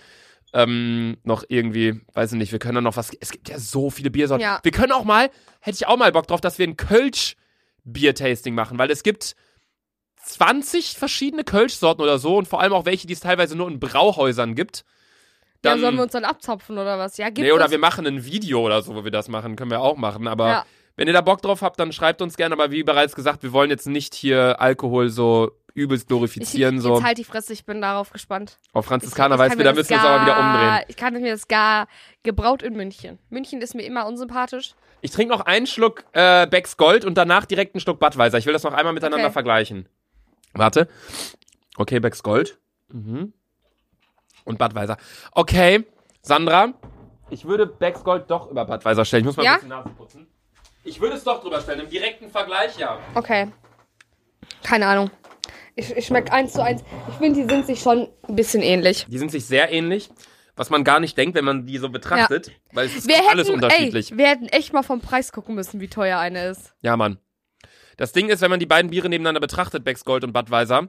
Speaker 1: Ähm, noch irgendwie, weiß ich nicht, wir können dann noch was. Es gibt ja so viele Biersorten.
Speaker 2: Ja.
Speaker 1: Wir können auch mal, hätte ich auch mal Bock drauf, dass wir ein Kölsch-Biertasting machen, weil es gibt 20 verschiedene Kölsch-Sorten oder so und vor allem auch welche, die es teilweise nur in Brauhäusern gibt.
Speaker 2: ja, sollen wir uns dann abzapfen oder was? Ja, gibt
Speaker 1: Nee, oder
Speaker 2: uns
Speaker 1: wir machen ein Video oder so, wo wir das machen. Können wir auch machen. Aber
Speaker 2: Ja.
Speaker 1: wenn ihr da Bock drauf habt, dann schreibt uns gerne. Aber wie bereits gesagt, wir wollen jetzt nicht hier Alkohol so übelst
Speaker 2: Ich,
Speaker 1: glorifizieren. so
Speaker 2: Jetzt halt die Fresse, ich bin darauf gespannt.
Speaker 1: Auf
Speaker 2: Ich-
Speaker 1: Franziskaner
Speaker 2: ich
Speaker 1: weiß wir,
Speaker 2: kann mir
Speaker 1: da
Speaker 2: das
Speaker 1: müssen wir uns aber wieder
Speaker 2: gar-
Speaker 1: umdrehen.
Speaker 2: Ich kann mir das gar gebraut in München. München ist mir immer unsympathisch.
Speaker 1: Ich trinke noch einen Schluck äh, Becks Gold und danach direkt einen Schluck Budweiser. Ich will das noch einmal miteinander
Speaker 2: Okay.
Speaker 1: vergleichen. Warte. Okay, Becks Gold. Mhm. Und Budweiser. Okay, Sandra. Ich würde Becks Gold doch über Budweiser stellen. Ich muss mal
Speaker 2: Ja?
Speaker 1: ein bisschen Nase putzen. Ich würde es doch drüber stellen, im direkten Vergleich, ja.
Speaker 2: Okay. Keine Ahnung. Ich, ich schmecke eins zu eins. Ich finde, die sind sich schon ein bisschen ähnlich.
Speaker 1: Die sind sich sehr ähnlich, was man gar nicht denkt, wenn man die so betrachtet, weil es ist
Speaker 2: Wir hätten,
Speaker 1: alles unterschiedlich.
Speaker 2: Ey, wir hätten echt mal vom Preis gucken müssen, wie teuer eine ist.
Speaker 1: Ja, Mann. Das Ding ist, wenn man die beiden Biere nebeneinander betrachtet, Becks Gold und Budweiser,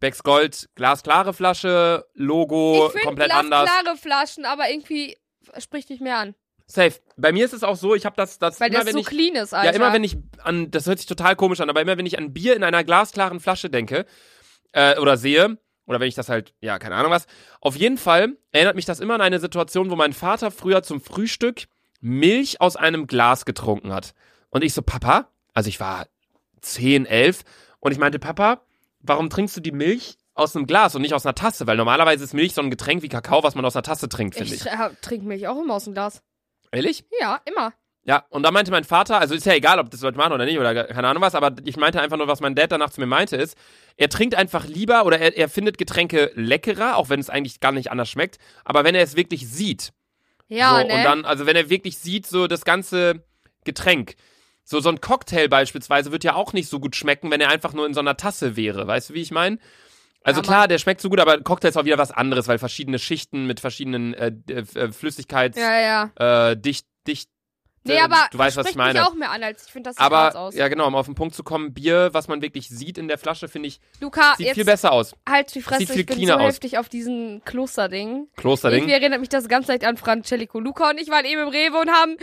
Speaker 1: Becks Gold, glasklare Flasche, Logo,
Speaker 2: ich finde
Speaker 1: komplett anders.
Speaker 2: klare Flaschen, aber irgendwie spricht nicht mehr an.
Speaker 1: Safe. Bei mir ist es auch so, ich habe das, das
Speaker 2: Weil
Speaker 1: immer,
Speaker 2: das
Speaker 1: wenn
Speaker 2: so
Speaker 1: ich,
Speaker 2: clean ist, Alter.
Speaker 1: ja, immer wenn ich an, das hört sich total komisch an, aber immer wenn ich an Bier in einer glasklaren Flasche denke äh, oder sehe Oder wenn ich das halt, ja, keine Ahnung was. Auf jeden Fall erinnert mich das immer an eine Situation, wo mein Vater früher zum Frühstück Milch aus einem Glas getrunken hat. Und ich so, Papa, also ich war 10, 11, und ich meinte, Papa, warum trinkst du die Milch aus einem Glas und nicht aus einer Tasse? Weil normalerweise ist Milch so ein Getränk wie Kakao, was man aus einer Tasse trinkt,
Speaker 2: Ich,
Speaker 1: finde
Speaker 2: ich
Speaker 1: ich.
Speaker 2: trinke Milch auch immer aus dem Glas.
Speaker 1: Ehrlich?
Speaker 2: Ja, immer.
Speaker 1: Ja, und da meinte mein Vater, also ist ja egal, ob das Leute machen oder nicht oder keine Ahnung was, aber ich meinte einfach nur, was mein Dad danach zu mir meinte, ist, er trinkt einfach lieber oder er, er findet Getränke leckerer, auch wenn es eigentlich gar nicht anders schmeckt, aber wenn er es wirklich sieht.
Speaker 2: Ja,
Speaker 1: so,
Speaker 2: ne?
Speaker 1: Und dann, also wenn er wirklich sieht, so das ganze Getränk. So, so ein Cocktail beispielsweise wird ja auch nicht so gut schmecken, wenn er einfach nur in so einer Tasse wäre. Weißt du, wie ich meine? Also
Speaker 2: Ja, Mann.
Speaker 1: klar, der schmeckt so gut, aber Cocktail ist auch wieder was anderes, weil verschiedene Schichten mit verschiedenen äh, äh, Flüssigkeits
Speaker 2: ja, ja.
Speaker 1: äh, dicht, dicht.
Speaker 2: Nee,
Speaker 1: äh,
Speaker 2: aber
Speaker 1: du weißt, was
Speaker 2: spricht
Speaker 1: ich meine.
Speaker 2: mich auch mehr an, als ich finde, das sieht anders
Speaker 1: aber
Speaker 2: aus.
Speaker 1: ja, genau, um auf den Punkt zu kommen, Bier, was man wirklich sieht in der Flasche, finde ich,
Speaker 2: Luca,
Speaker 1: sieht viel
Speaker 2: Ah, jetzt
Speaker 1: besser aus.
Speaker 2: halt die Fresse,
Speaker 1: sieht viel
Speaker 2: ich bin so
Speaker 1: cleaner aus.
Speaker 2: heftig auf diesen Klosterding. Irgendwie
Speaker 1: Klosterding.
Speaker 2: erinnert mich das ganz leicht an Francelico. Luca und ich waren eben im Rewe und haben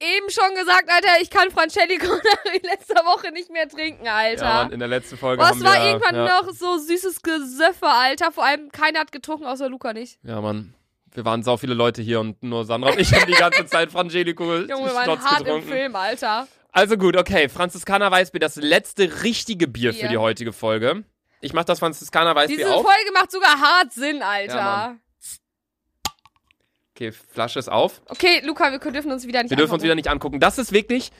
Speaker 2: eben schon gesagt, Alter, ich kann Francelico nach letzter Woche nicht mehr trinken, Alter.
Speaker 1: Ja, Mann, in der letzten Folge
Speaker 2: Boah,
Speaker 1: haben
Speaker 2: Oh, es war
Speaker 1: wir,
Speaker 2: irgendwann
Speaker 1: ja,
Speaker 2: noch so süßes Gesöffe, Alter. Vor allem, keiner hat getrunken, außer Luca nicht.
Speaker 1: Ja, Mann. Wir waren sau viele Leute hier und nur Sandra und ich haben die ganze Zeit Frangelico
Speaker 2: Junge, wir waren
Speaker 1: Schnotz
Speaker 2: hart im
Speaker 1: getrunken.
Speaker 2: Film, Alter.
Speaker 1: Also gut, okay, Franziskaner Weißbier, das letzte richtige Bier für
Speaker 2: Bier.
Speaker 1: die heutige Folge. Ich mach das Franziskaner Weißbier
Speaker 2: Diese
Speaker 1: auf.
Speaker 2: Folge macht sogar hart Sinn, Alter.
Speaker 1: Ja, Okay, Flasche ist auf.
Speaker 2: okay, Luca, wir dürfen uns wieder nicht
Speaker 1: Wir dürfen uns wieder
Speaker 2: angucken.
Speaker 1: nicht angucken. Das ist wirklich,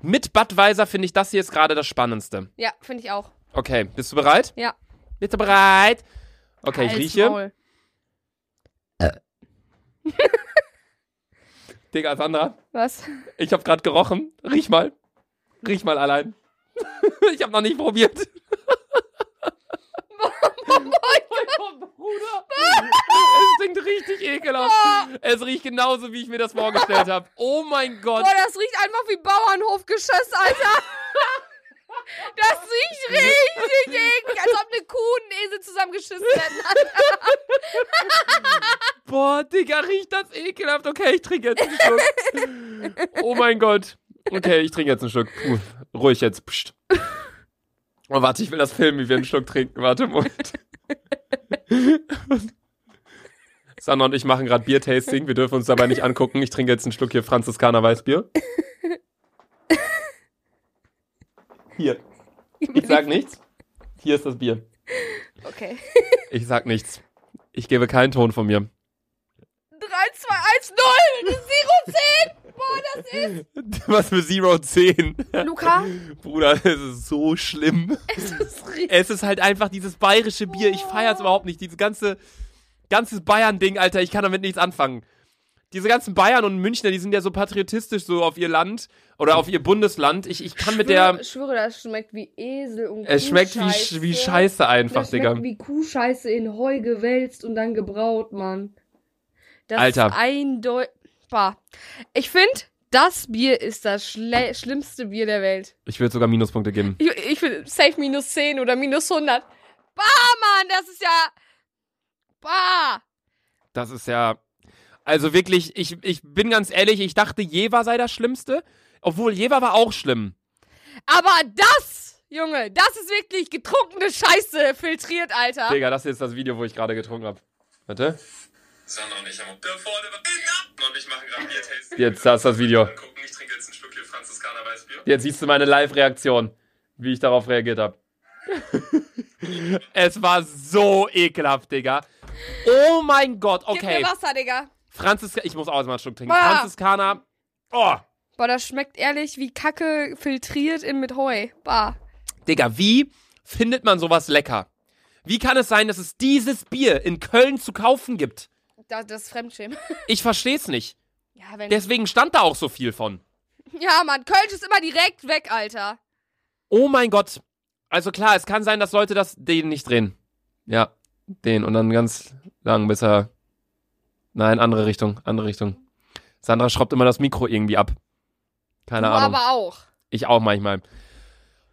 Speaker 1: mit Budweiser finde ich das hier ist gerade das Spannendste.
Speaker 2: ne? Ja, finde ich auch.
Speaker 1: Okay, bist du bereit?
Speaker 2: Ja.
Speaker 1: Bist du bereit? Okay, ich
Speaker 2: Halt's
Speaker 1: rieche.
Speaker 2: Maul.
Speaker 1: Digga, Sandra,
Speaker 2: Was?
Speaker 1: ich habe gerade gerochen. Riech mal. Riech mal allein. ich habe noch nicht probiert. Bruder. es stinkt richtig ekelhaft. Es riecht genauso, wie ich mir das vorgestellt habe. Oh mein Gott.
Speaker 2: Boah, das riecht einfach wie Bauernhofgeschoss, Alter. Das riecht richtig eklig, als ob eine Kuh und ein Esel zusammengeschissen hätten.
Speaker 1: Boah, Digga, riecht das ekelhaft. Okay, ich trinke jetzt einen Schluck. Oh mein Gott. Okay, ich trinke jetzt einen Schluck. Puh, ruhig jetzt. Psst. Oh, warte, ich will das filmen, wie wir einen Schluck trinken. Warte, Moment. Sandra und ich machen gerade Biertasting. Wir dürfen uns dabei nicht angucken. Ich trinke jetzt einen Schluck hier Franziskaner Weißbier. Hier. Ich sag nichts. Hier ist das Bier.
Speaker 2: Okay.
Speaker 1: Ich sag nichts. Ich gebe keinen Ton von mir.
Speaker 2: 3, 2, 1, 0! 0, 10! Boah, das ist.
Speaker 1: Was für Zero 10.
Speaker 2: Luca,
Speaker 1: Bruder, es ist so schlimm.
Speaker 2: es ist richtig.
Speaker 1: Es ist halt einfach dieses bayerische Bier. Ich feier's überhaupt nicht. Dieses ganze, ganzes Bayern-Ding, Alter. Ich kann damit nichts anfangen. Diese ganzen Bayern und Münchner, die sind ja so patriotistisch so auf ihr Land oder auf ihr Bundesland. Ich, ich kann mit der.
Speaker 2: Ich schwöre, das schmeckt wie Esel und
Speaker 1: Es schmeckt wie, Sch- wie Scheiße einfach,
Speaker 2: das schmeckt
Speaker 1: Digga.
Speaker 2: wie Kuhscheiße in Heu gewälzt und dann gebraut, Mann. Das
Speaker 1: Alter.
Speaker 2: ist eindeutig. Ich finde, das Bier ist das schle schlimmste Bier der Welt.
Speaker 1: Ich würde sogar Minuspunkte geben.
Speaker 2: Ich, ich will safe minus 10 oder minus 100. Bah, Mann, das ist ja... Bah.
Speaker 1: Das ist ja. Also wirklich, ich, ich bin ganz ehrlich, ich dachte, Jever sei das Schlimmste. Obwohl, Jever war auch schlimm.
Speaker 2: Aber das, Junge, das ist wirklich getrunkene Scheiße filtriert, Alter.
Speaker 1: Digga, das hier ist das Video, wo ich gerade getrunken habe. Warte.
Speaker 6: Sandra und ich haben da vorne was. Und ich mache gerade Biertasting.
Speaker 1: Jetzt, da ist das Video.
Speaker 6: Gucken, ich trinke jetzt ein Stück hier Franziskaner Weißbier.
Speaker 1: Jetzt siehst du meine Live-Reaktion, wie ich darauf reagiert habe. es war so ekelhaft, Digga. Oh mein Gott,
Speaker 2: Gib
Speaker 1: okay.
Speaker 2: mir Wasser, Digga.
Speaker 1: Franziska, ich muss auch erstmal einen Schluck trinken.
Speaker 2: Ah.
Speaker 1: Franziskaner. Oh,
Speaker 2: Boah, das schmeckt ehrlich wie Kacke filtriert in mit Heu. Bah.
Speaker 1: Digga, wie findet man sowas lecker? Wie kann es sein, dass es dieses Bier in Köln zu kaufen gibt?
Speaker 2: Das, das ist Fremdschämen.
Speaker 1: Ich versteh's nicht.
Speaker 2: Ja, wenn.
Speaker 1: Deswegen stand da auch so viel von.
Speaker 2: ja, Mann, Kölsch ist immer direkt weg, Alter.
Speaker 1: Oh mein Gott. Also klar, es kann sein, dass Leute das den nicht drehen. Ja, den und dann ganz lang, bis er. Nein, andere Richtung, andere Richtung. Sandra schraubt immer das Mikro irgendwie ab. Keine
Speaker 2: du
Speaker 1: Ahnung.
Speaker 2: aber auch.
Speaker 1: Ich auch manchmal.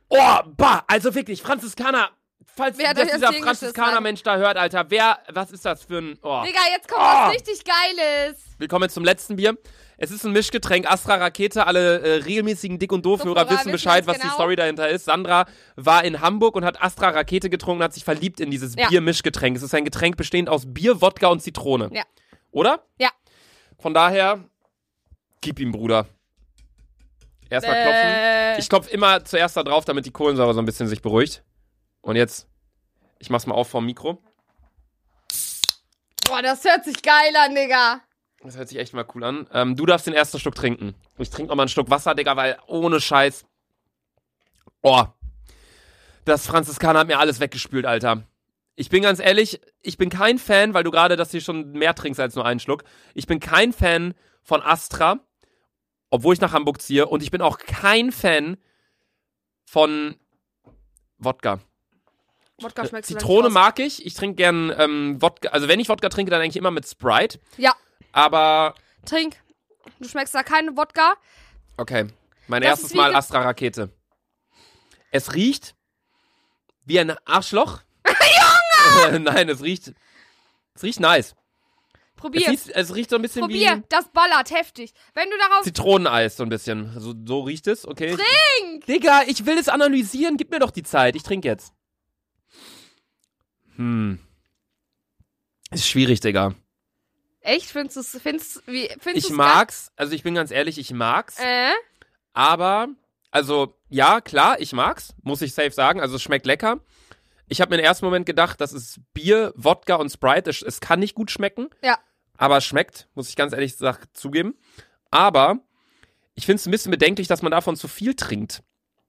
Speaker 1: Oh, bah, also wirklich, Franziskaner Falls
Speaker 2: Wer hat
Speaker 1: das
Speaker 2: euch ans
Speaker 1: dieser
Speaker 2: Ziel geschissen,
Speaker 1: Franziskaner-Mensch da hört, Alter, wer, was ist das für ein. Oh.
Speaker 2: Digga, jetzt kommt
Speaker 1: Ah.
Speaker 2: was richtig Geiles.
Speaker 1: Wir kommen jetzt zum letzten Bier. Es ist ein Mischgetränk, Astra Rakete. Alle äh, regelmäßigen Dick- und Doof-Hörer
Speaker 2: Doof-Hörer
Speaker 1: wissen
Speaker 2: wissen
Speaker 1: Bescheid, was
Speaker 2: ganz
Speaker 1: die
Speaker 2: genau.
Speaker 1: Story dahinter ist. Sandra war in Hamburg und hat Astra Rakete getrunken und hat sich verliebt in dieses
Speaker 2: Ja.
Speaker 1: Bier-Mischgetränk. Es ist ein Getränk bestehend aus Bier, Wodka und Zitrone.
Speaker 2: Ja.
Speaker 1: Oder?
Speaker 2: Ja.
Speaker 1: Von daher, gib ihm, Bruder. Erstmal klopfen.
Speaker 2: Äh,
Speaker 1: Ich klopfe immer zuerst da drauf, damit die Kohlensäure so ein bisschen sich beruhigt. Und jetzt, ich mach's mal auf vom Mikro.
Speaker 2: boah, das hört sich geil an, Digga.
Speaker 1: Das hört sich echt mal cool an. Ähm, du darfst den ersten Schluck trinken. Ich trinke nochmal einen Schluck Wasser, Digga, weil ohne Scheiß. Oh. Das Franziskaner hat mir alles weggespült, Alter. Ich bin ganz ehrlich, ich bin kein Fan, weil du gerade das hier schon mehr trinkst als nur einen Schluck. Ich bin kein Fan von Astra, obwohl ich nach Hamburg ziehe. Und ich bin auch kein Fan von Wodka.
Speaker 2: Wodka schmeckt so
Speaker 1: Äh, Zitrone
Speaker 2: langsam
Speaker 1: mag ich. Ich trinke gern ähm, Wodka. Also wenn ich Wodka trinke, dann eigentlich immer mit Sprite.
Speaker 2: Ja.
Speaker 1: Aber
Speaker 2: raus. Trink. Du schmeckst da keinen Wodka.
Speaker 1: Okay. Mein
Speaker 2: Das
Speaker 1: erstes
Speaker 2: ist wie
Speaker 1: Mal
Speaker 2: ge-
Speaker 1: Astra-Rakete. Es riecht wie ein Arschloch. Junge! Nein, es riecht. Es riecht nice. Es,
Speaker 2: Probier.
Speaker 1: riecht, es riecht so ein bisschen
Speaker 2: Probier. Das ballert heftig. Wenn du darauf
Speaker 1: wie Zitroneneis, so ein bisschen. So, so riecht es, okay.
Speaker 2: Trink!
Speaker 1: Digga, ich will es analysieren. Gib mir doch die Zeit. Ich trinke jetzt. Hm. Ist schwierig, Digga.
Speaker 2: Echt? Findest du findest, wie, findest
Speaker 1: Ich
Speaker 2: du's
Speaker 1: mag's. Also, ich bin ganz ehrlich, ich mag's.
Speaker 2: Geil? Äh?
Speaker 1: Aber, also, ja, klar, ich mag's, muss ich safe sagen. Also, es schmeckt lecker. Ich habe mir im ersten Moment gedacht, das ist Bier, Wodka und Sprite. Es, es kann nicht gut schmecken.
Speaker 2: Ja.
Speaker 1: Aber es schmeckt, muss ich ganz ehrlich gesagt zugeben. Aber ich find's ein bisschen bedenklich, dass man davon zu viel trinkt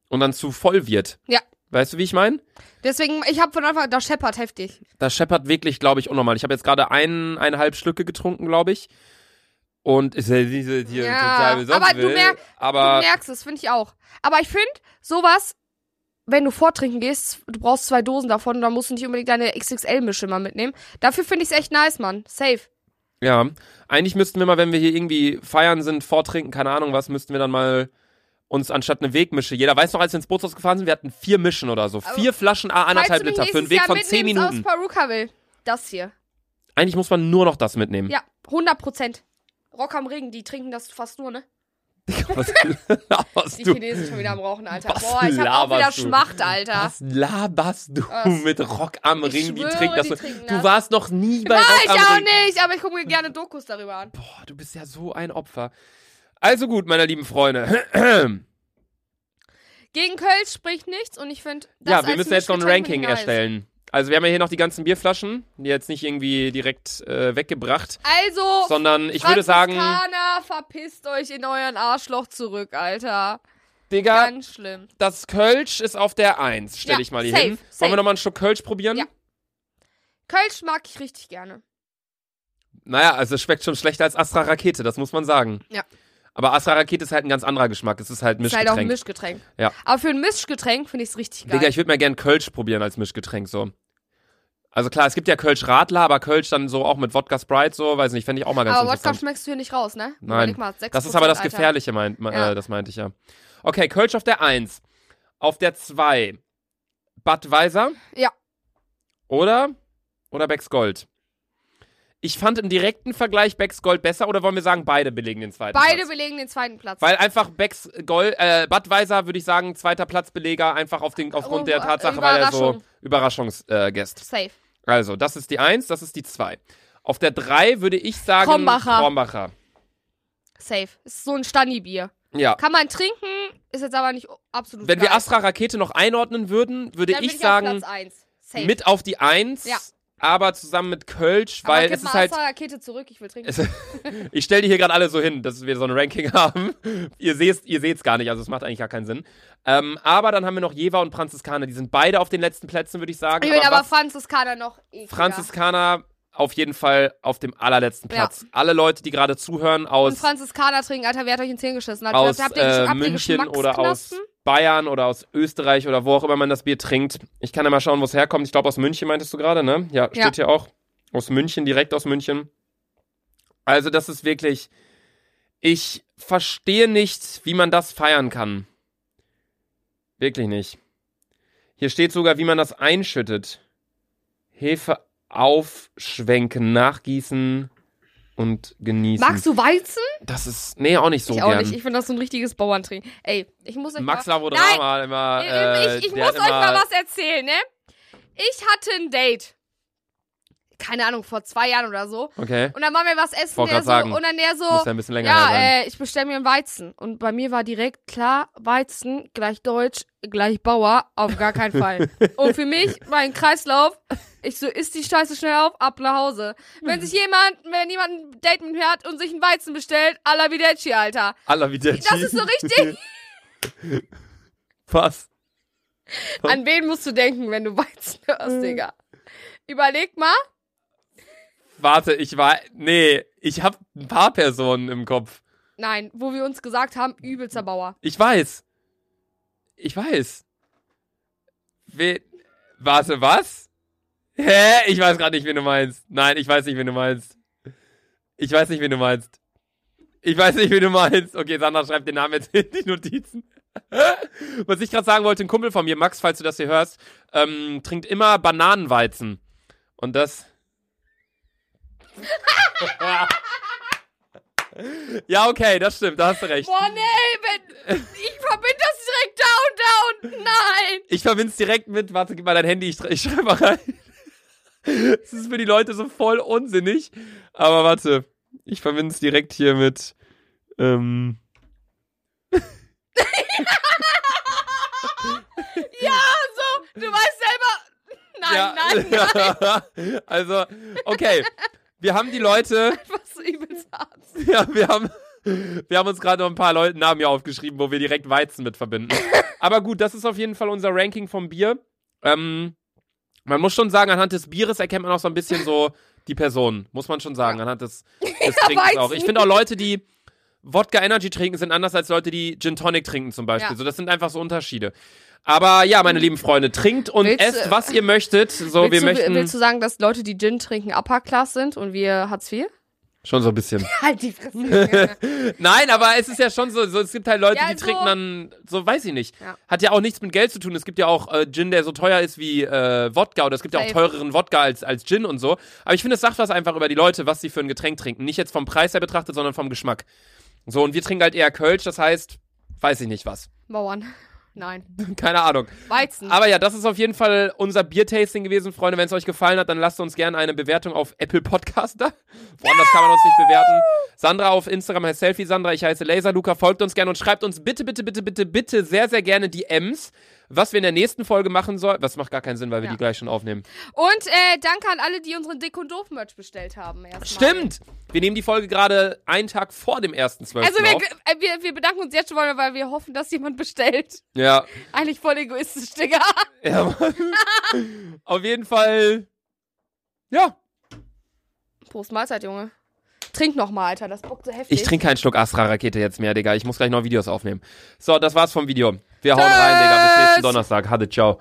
Speaker 1: und dann zu voll wird.
Speaker 2: Ja.
Speaker 1: Weißt du, wie ich meine?
Speaker 2: Deswegen, ich habe von Anfang an, das scheppert heftig.
Speaker 1: Das scheppert wirklich, glaube ich, unnormal. Ich habe jetzt gerade ein, eineinhalb Schlücke getrunken, glaube ich. Und ist ja diese hier
Speaker 2: Ja,
Speaker 1: total besoffen
Speaker 2: aber du
Speaker 1: will,
Speaker 2: merk-
Speaker 1: aber
Speaker 2: du merkst es, finde ich auch. Aber ich finde, sowas, wenn du vortrinken gehst, du brauchst zwei Dosen davon, dann musst du nicht unbedingt deine XXL-Mische mal mitnehmen. Dafür finde ich es echt nice, Mann. Safe.
Speaker 1: Ja, eigentlich müssten wir mal, wenn wir hier irgendwie feiern sind, vortrinken, keine Ahnung was, müssten wir dann mal uns anstatt eine Wegmische. Jeder weiß noch, als wir ins Bootshaus gefahren sind, wir hatten vier Mischen oder so. Vier Flaschen A, anderthalb
Speaker 2: Falls du mich
Speaker 1: Liter für einen
Speaker 2: nächstes
Speaker 1: Weg
Speaker 2: Jahr
Speaker 1: von zehn
Speaker 2: mitnimmst
Speaker 1: Minuten.
Speaker 2: aus Paruka will. Das hier.
Speaker 1: Eigentlich muss man nur noch das mitnehmen.
Speaker 2: Ja, 100 Prozent. Rock am Ring, die trinken das fast nur, ne?
Speaker 1: Was
Speaker 2: Die
Speaker 1: laberst du?
Speaker 2: Chinesen schon wieder am Rauchen, Alter.
Speaker 1: Was
Speaker 2: Boah, ich hab auch wieder
Speaker 1: laberst du?
Speaker 2: Schmacht, Alter.
Speaker 1: Was laberst du
Speaker 2: Was?
Speaker 1: mit Rock am
Speaker 2: Oh, Ich
Speaker 1: Ring? die
Speaker 2: schwöre,
Speaker 1: trinken das.
Speaker 2: die
Speaker 1: so.
Speaker 2: trinken
Speaker 1: du
Speaker 2: das.
Speaker 1: warst noch nie bei
Speaker 2: War
Speaker 1: Rock
Speaker 2: ich
Speaker 1: am
Speaker 2: auch
Speaker 1: Ring.
Speaker 2: nicht, aber ich gucke mir gerne Dokus darüber an.
Speaker 1: Boah, du bist ja so ein Opfer. Also gut, meine lieben Freunde.
Speaker 2: Gegen Köln spricht nichts und ich finde,
Speaker 1: ja, wir müssen jetzt noch ein Ranking erstellen. Also wir haben ja hier noch die ganzen Bierflaschen, die jetzt nicht irgendwie direkt äh, weggebracht,
Speaker 2: Also,
Speaker 1: sondern ich würde sagen,
Speaker 2: Franziskaner, verpisst euch in euren Arschloch zurück, Alter.
Speaker 1: Digga,
Speaker 2: Ganz schlimm.
Speaker 1: das Kölsch ist auf der 1, stelle
Speaker 2: Ja,
Speaker 1: ich mal hier
Speaker 2: safe,
Speaker 1: hin.
Speaker 2: safe.
Speaker 1: Wollen wir nochmal einen Schluck Kölsch probieren?
Speaker 2: Ja. Kölsch mag ich richtig gerne.
Speaker 1: Naja, also es schmeckt schon schlechter als Astra Rakete, das muss man sagen.
Speaker 2: Ja.
Speaker 1: Aber Astra Rakete ist halt ein ganz anderer Geschmack, es ist halt
Speaker 2: Ist halt auch ein
Speaker 1: Mischgetränk.
Speaker 2: Mischgetränk.
Speaker 1: Ja.
Speaker 2: Aber für ein Mischgetränk finde ich es richtig geil.
Speaker 1: Digga, ich würde mal gern Kölsch probieren als Mischgetränk, so. Also klar, es gibt ja Kölsch Radler, aber Kölsch dann so auch mit Wodka Sprite, so, weiß nicht, fände ich auch mal ganz
Speaker 2: aber Wodka
Speaker 1: interessant.
Speaker 2: schmeckst du hier nicht raus, ne?
Speaker 1: Nein.
Speaker 2: Überleg Mal, 6%,
Speaker 1: Das ist aber das
Speaker 2: Alter.
Speaker 1: Gefährliche, meint, me-
Speaker 2: Ja.
Speaker 1: äh, das meinte ich ja. Okay, Kölsch auf der 1. Auf der 2. Budweiser.
Speaker 2: Ja.
Speaker 1: Oder? Oder Becks Gold. Ich fand im direkten Vergleich Becks Gold besser oder wollen wir sagen, beide belegen den zweiten
Speaker 2: Beide
Speaker 1: Platz?
Speaker 2: belegen den zweiten Platz.
Speaker 1: Weil einfach Becks Gold, äh, Budweiser würde ich sagen, zweiter Platzbeleger, einfach auf den, aufgrund
Speaker 2: Oh,
Speaker 1: der
Speaker 2: äh,
Speaker 1: Tatsache, weil er so Überraschungsgäst. Äh, Guest.
Speaker 2: Safe.
Speaker 1: also, das ist die 1, das ist die 2. Auf der 3 würde ich sagen,
Speaker 2: Krombacher.
Speaker 1: Krombacher.
Speaker 2: Safe. Ist so ein Stanni-Bier.
Speaker 1: Ja.
Speaker 2: Kann man trinken, ist jetzt aber nicht absolut
Speaker 1: Wenn
Speaker 2: geil.
Speaker 1: wir Astra Rakete noch einordnen würden, würde
Speaker 2: Dann
Speaker 1: ich
Speaker 2: bin auf
Speaker 1: sagen,
Speaker 2: Platz 1. Safe.
Speaker 1: mit auf die Eins,
Speaker 2: Ja.
Speaker 1: aber zusammen mit Kölsch, weil
Speaker 2: aber
Speaker 1: es
Speaker 2: gib mal
Speaker 1: ist halt.
Speaker 2: Astra Rakete zurück, ich will trinken.
Speaker 1: Es- ich stelle die hier gerade alle so hin, dass wir so ein Ranking haben. ihr seht ihr seht's gar nicht, also es macht eigentlich gar keinen Sinn. Ähm, aber dann haben wir noch Jeva und Franziskaner, die sind beide auf den letzten Plätzen, würde ich sagen.
Speaker 2: ich will
Speaker 1: aber
Speaker 2: aber
Speaker 1: was-
Speaker 2: Franziskaner noch ekliger.
Speaker 1: Franziskaner auf jeden Fall auf dem allerletzten
Speaker 2: Ja.
Speaker 1: Platz. Alle Leute, die gerade zuhören
Speaker 2: Und
Speaker 1: aus
Speaker 2: Franziskaner trinken, Alter, wer hat euch in den Zähnen geschissen? Hat,
Speaker 1: aus
Speaker 2: habt ihr,
Speaker 1: äh,
Speaker 2: habt ihr
Speaker 1: München oder aus
Speaker 2: Geschmacksknospen?
Speaker 1: Bayern oder aus Österreich oder wo auch immer man das Bier trinkt. Ich kann ja mal schauen, wo es herkommt. Ich glaube, aus München meintest du gerade, ne? Ja, steht
Speaker 2: Ja.
Speaker 1: hier auch. Aus München, direkt aus München. Also, das ist wirklich. Ich verstehe nicht, wie man das feiern kann. Wirklich nicht. Hier steht sogar, wie man das einschüttet. Hefe aufschwenken, nachgießen und genießen.
Speaker 2: Magst du Weizen?
Speaker 1: Das ist, nee, auch nicht so
Speaker 2: ich auch
Speaker 1: gern.
Speaker 2: nicht. Ich finde das so ein richtiges Bauerntrinken. Ey, ich muss euch
Speaker 1: Max
Speaker 2: mal... Nein,
Speaker 1: Lavodrama hat immer, äh,
Speaker 2: ich, ich
Speaker 1: der
Speaker 2: muss euch
Speaker 1: hat immer,
Speaker 2: mal was erzählen, ne? Ich hatte ein Date. Keine Ahnung, vor zwei Jahren oder so.
Speaker 1: Okay,
Speaker 2: Und dann waren wir was essen.
Speaker 1: Wollte
Speaker 2: Er
Speaker 1: grad
Speaker 2: so,
Speaker 1: sagen.
Speaker 2: Und dann er so,
Speaker 1: muss ja ein bisschen länger her
Speaker 2: ja,
Speaker 1: sein.
Speaker 2: äh, ich bestelle mir einen Weizen. Und bei mir war direkt klar, Weizen gleich Deutsch, gleich Bauer, auf gar keinen Fall. und für mich, mein Kreislauf, ich so, isst die Scheiße schnell auf, ab nach Hause. Wenn sich jemand, wenn jemand ein Date mit mir hat und sich einen Weizen bestellt, alla Videci, Alter.
Speaker 1: Alla wieder
Speaker 2: Das ist so richtig.
Speaker 1: Was?
Speaker 2: An wen musst du denken, wenn du Weizen hörst, Digga? Überleg mal.
Speaker 1: Warte, ich war, nee, ich habe ein paar Personen im Kopf.
Speaker 2: Nein, wo wir uns gesagt haben, übelster Bauer.
Speaker 1: Ich weiß. Ich weiß. We Warte, was? Hä? Ich weiß gerade nicht, wen du meinst. Nein, ich weiß nicht, wen du meinst. Ich weiß nicht, wen du meinst. Ich weiß nicht, wen du meinst. Okay, Sandra schreibt den Namen jetzt in die Notizen. Was ich gerade sagen wollte, ein Kumpel von mir, Max, falls du das hier hörst, ähm, trinkt immer Bananenweizen. Und das. ja, okay, das stimmt, da hast du recht.
Speaker 2: Boah, nee, wenn, ich verbinde das direkt down, down. Nein.
Speaker 1: Ich verbind's direkt mit, warte, gib mal dein Handy, ich, tra- ich schreibe mal rein. Das ist für die Leute so voll unsinnig. Aber warte, ich verbind's direkt hier mit. Ähm,
Speaker 2: So, du weißt selber. Nein,
Speaker 1: ja.
Speaker 2: nein, nein.
Speaker 1: Also, okay. Wir haben die Leute,
Speaker 2: Was übelst hart.
Speaker 1: ja, wir haben, wir haben uns gerade noch ein paar Leute Namen hier aufgeschrieben, wo wir direkt Weizen mit verbinden. Aber gut, das ist auf jeden Fall unser Ranking vom Bier. Ähm, man muss schon sagen, anhand des Bieres erkennt man auch so ein bisschen so die Person. Muss man schon sagen, anhand des, des Trinkens
Speaker 2: Weizen.
Speaker 1: auch. Ich finde auch Leute, die Wodka Energy trinken, sind anders als Leute, die Gin Tonic trinken zum Beispiel.
Speaker 2: Ja. Mhm.
Speaker 1: So, das sind einfach so Unterschiede. Aber ja, meine lieben Freunde, trinkt und
Speaker 2: Willst du-
Speaker 1: esst, was ihr möchtet. So, wir
Speaker 2: willst, du,
Speaker 1: möchten
Speaker 2: willst du sagen, dass Leute, die Gin trinken, Upper Class sind und wir Hartz IV?
Speaker 1: schon so ein bisschen.
Speaker 2: Halt die Fresse.
Speaker 1: Nein, aber es ist ja schon so, so es gibt halt Leute,
Speaker 2: Ja,
Speaker 1: die
Speaker 2: so-
Speaker 1: trinken dann, so weiß ich nicht.
Speaker 2: Ja.
Speaker 1: Hat ja auch nichts mit Geld zu tun. Es gibt ja auch äh, Gin, der so teuer ist wie äh, Wodka oder es gibt ja auch
Speaker 2: Safe.
Speaker 1: teureren Wodka als, als Gin und so. Aber ich finde, es sagt was einfach über die Leute, was sie für ein Getränk trinken. Nicht jetzt vom Preis her betrachtet, sondern vom Geschmack. So, und wir trinken halt eher Kölsch, das heißt, weiß ich nicht was.
Speaker 2: Mauern. Nein.
Speaker 1: Keine Ahnung.
Speaker 2: Weizen.
Speaker 1: Aber ja, das ist auf jeden Fall unser Biertasting gewesen, Freunde. Wenn es euch gefallen hat, dann lasst uns gerne eine Bewertung auf Apple Podcast da. Woanders kann man uns nicht bewerten. Sandra auf Instagram heißt Selfie Sandra, ich heiße Laserluca. Folgt uns gerne und schreibt uns bitte, bitte, bitte, bitte, bitte sehr, sehr gerne die M's, was wir in der nächsten Folge machen sollen. Das macht gar keinen Sinn, weil wir
Speaker 2: Ja.
Speaker 1: die gleich schon aufnehmen.
Speaker 2: Und äh, danke an alle, die unseren Dick und Doof-Merch bestellt haben. Erstmal.
Speaker 1: Stimmt! Wir nehmen die Folge gerade einen Tag vor dem 1.12.
Speaker 2: Also wir,
Speaker 1: auf.
Speaker 2: äh, wir, wir bedanken uns jetzt schon mal, weil wir hoffen, dass jemand bestellt.
Speaker 1: Ja.
Speaker 2: Eigentlich voll egoistisch, Digga.
Speaker 1: ja Mann. auf jeden Fall. Ja.
Speaker 2: Prost Mahlzeit, Junge. Trink noch mal, Alter. Das bockt so heftig.
Speaker 1: Ich trinke keinen Schluck Astra-Rakete jetzt mehr, Digga. Ich muss gleich noch Videos aufnehmen. So, das war's vom Video. Wir hauen rein, Digga. Bis nächsten Donnerstag. Hatte, ciao.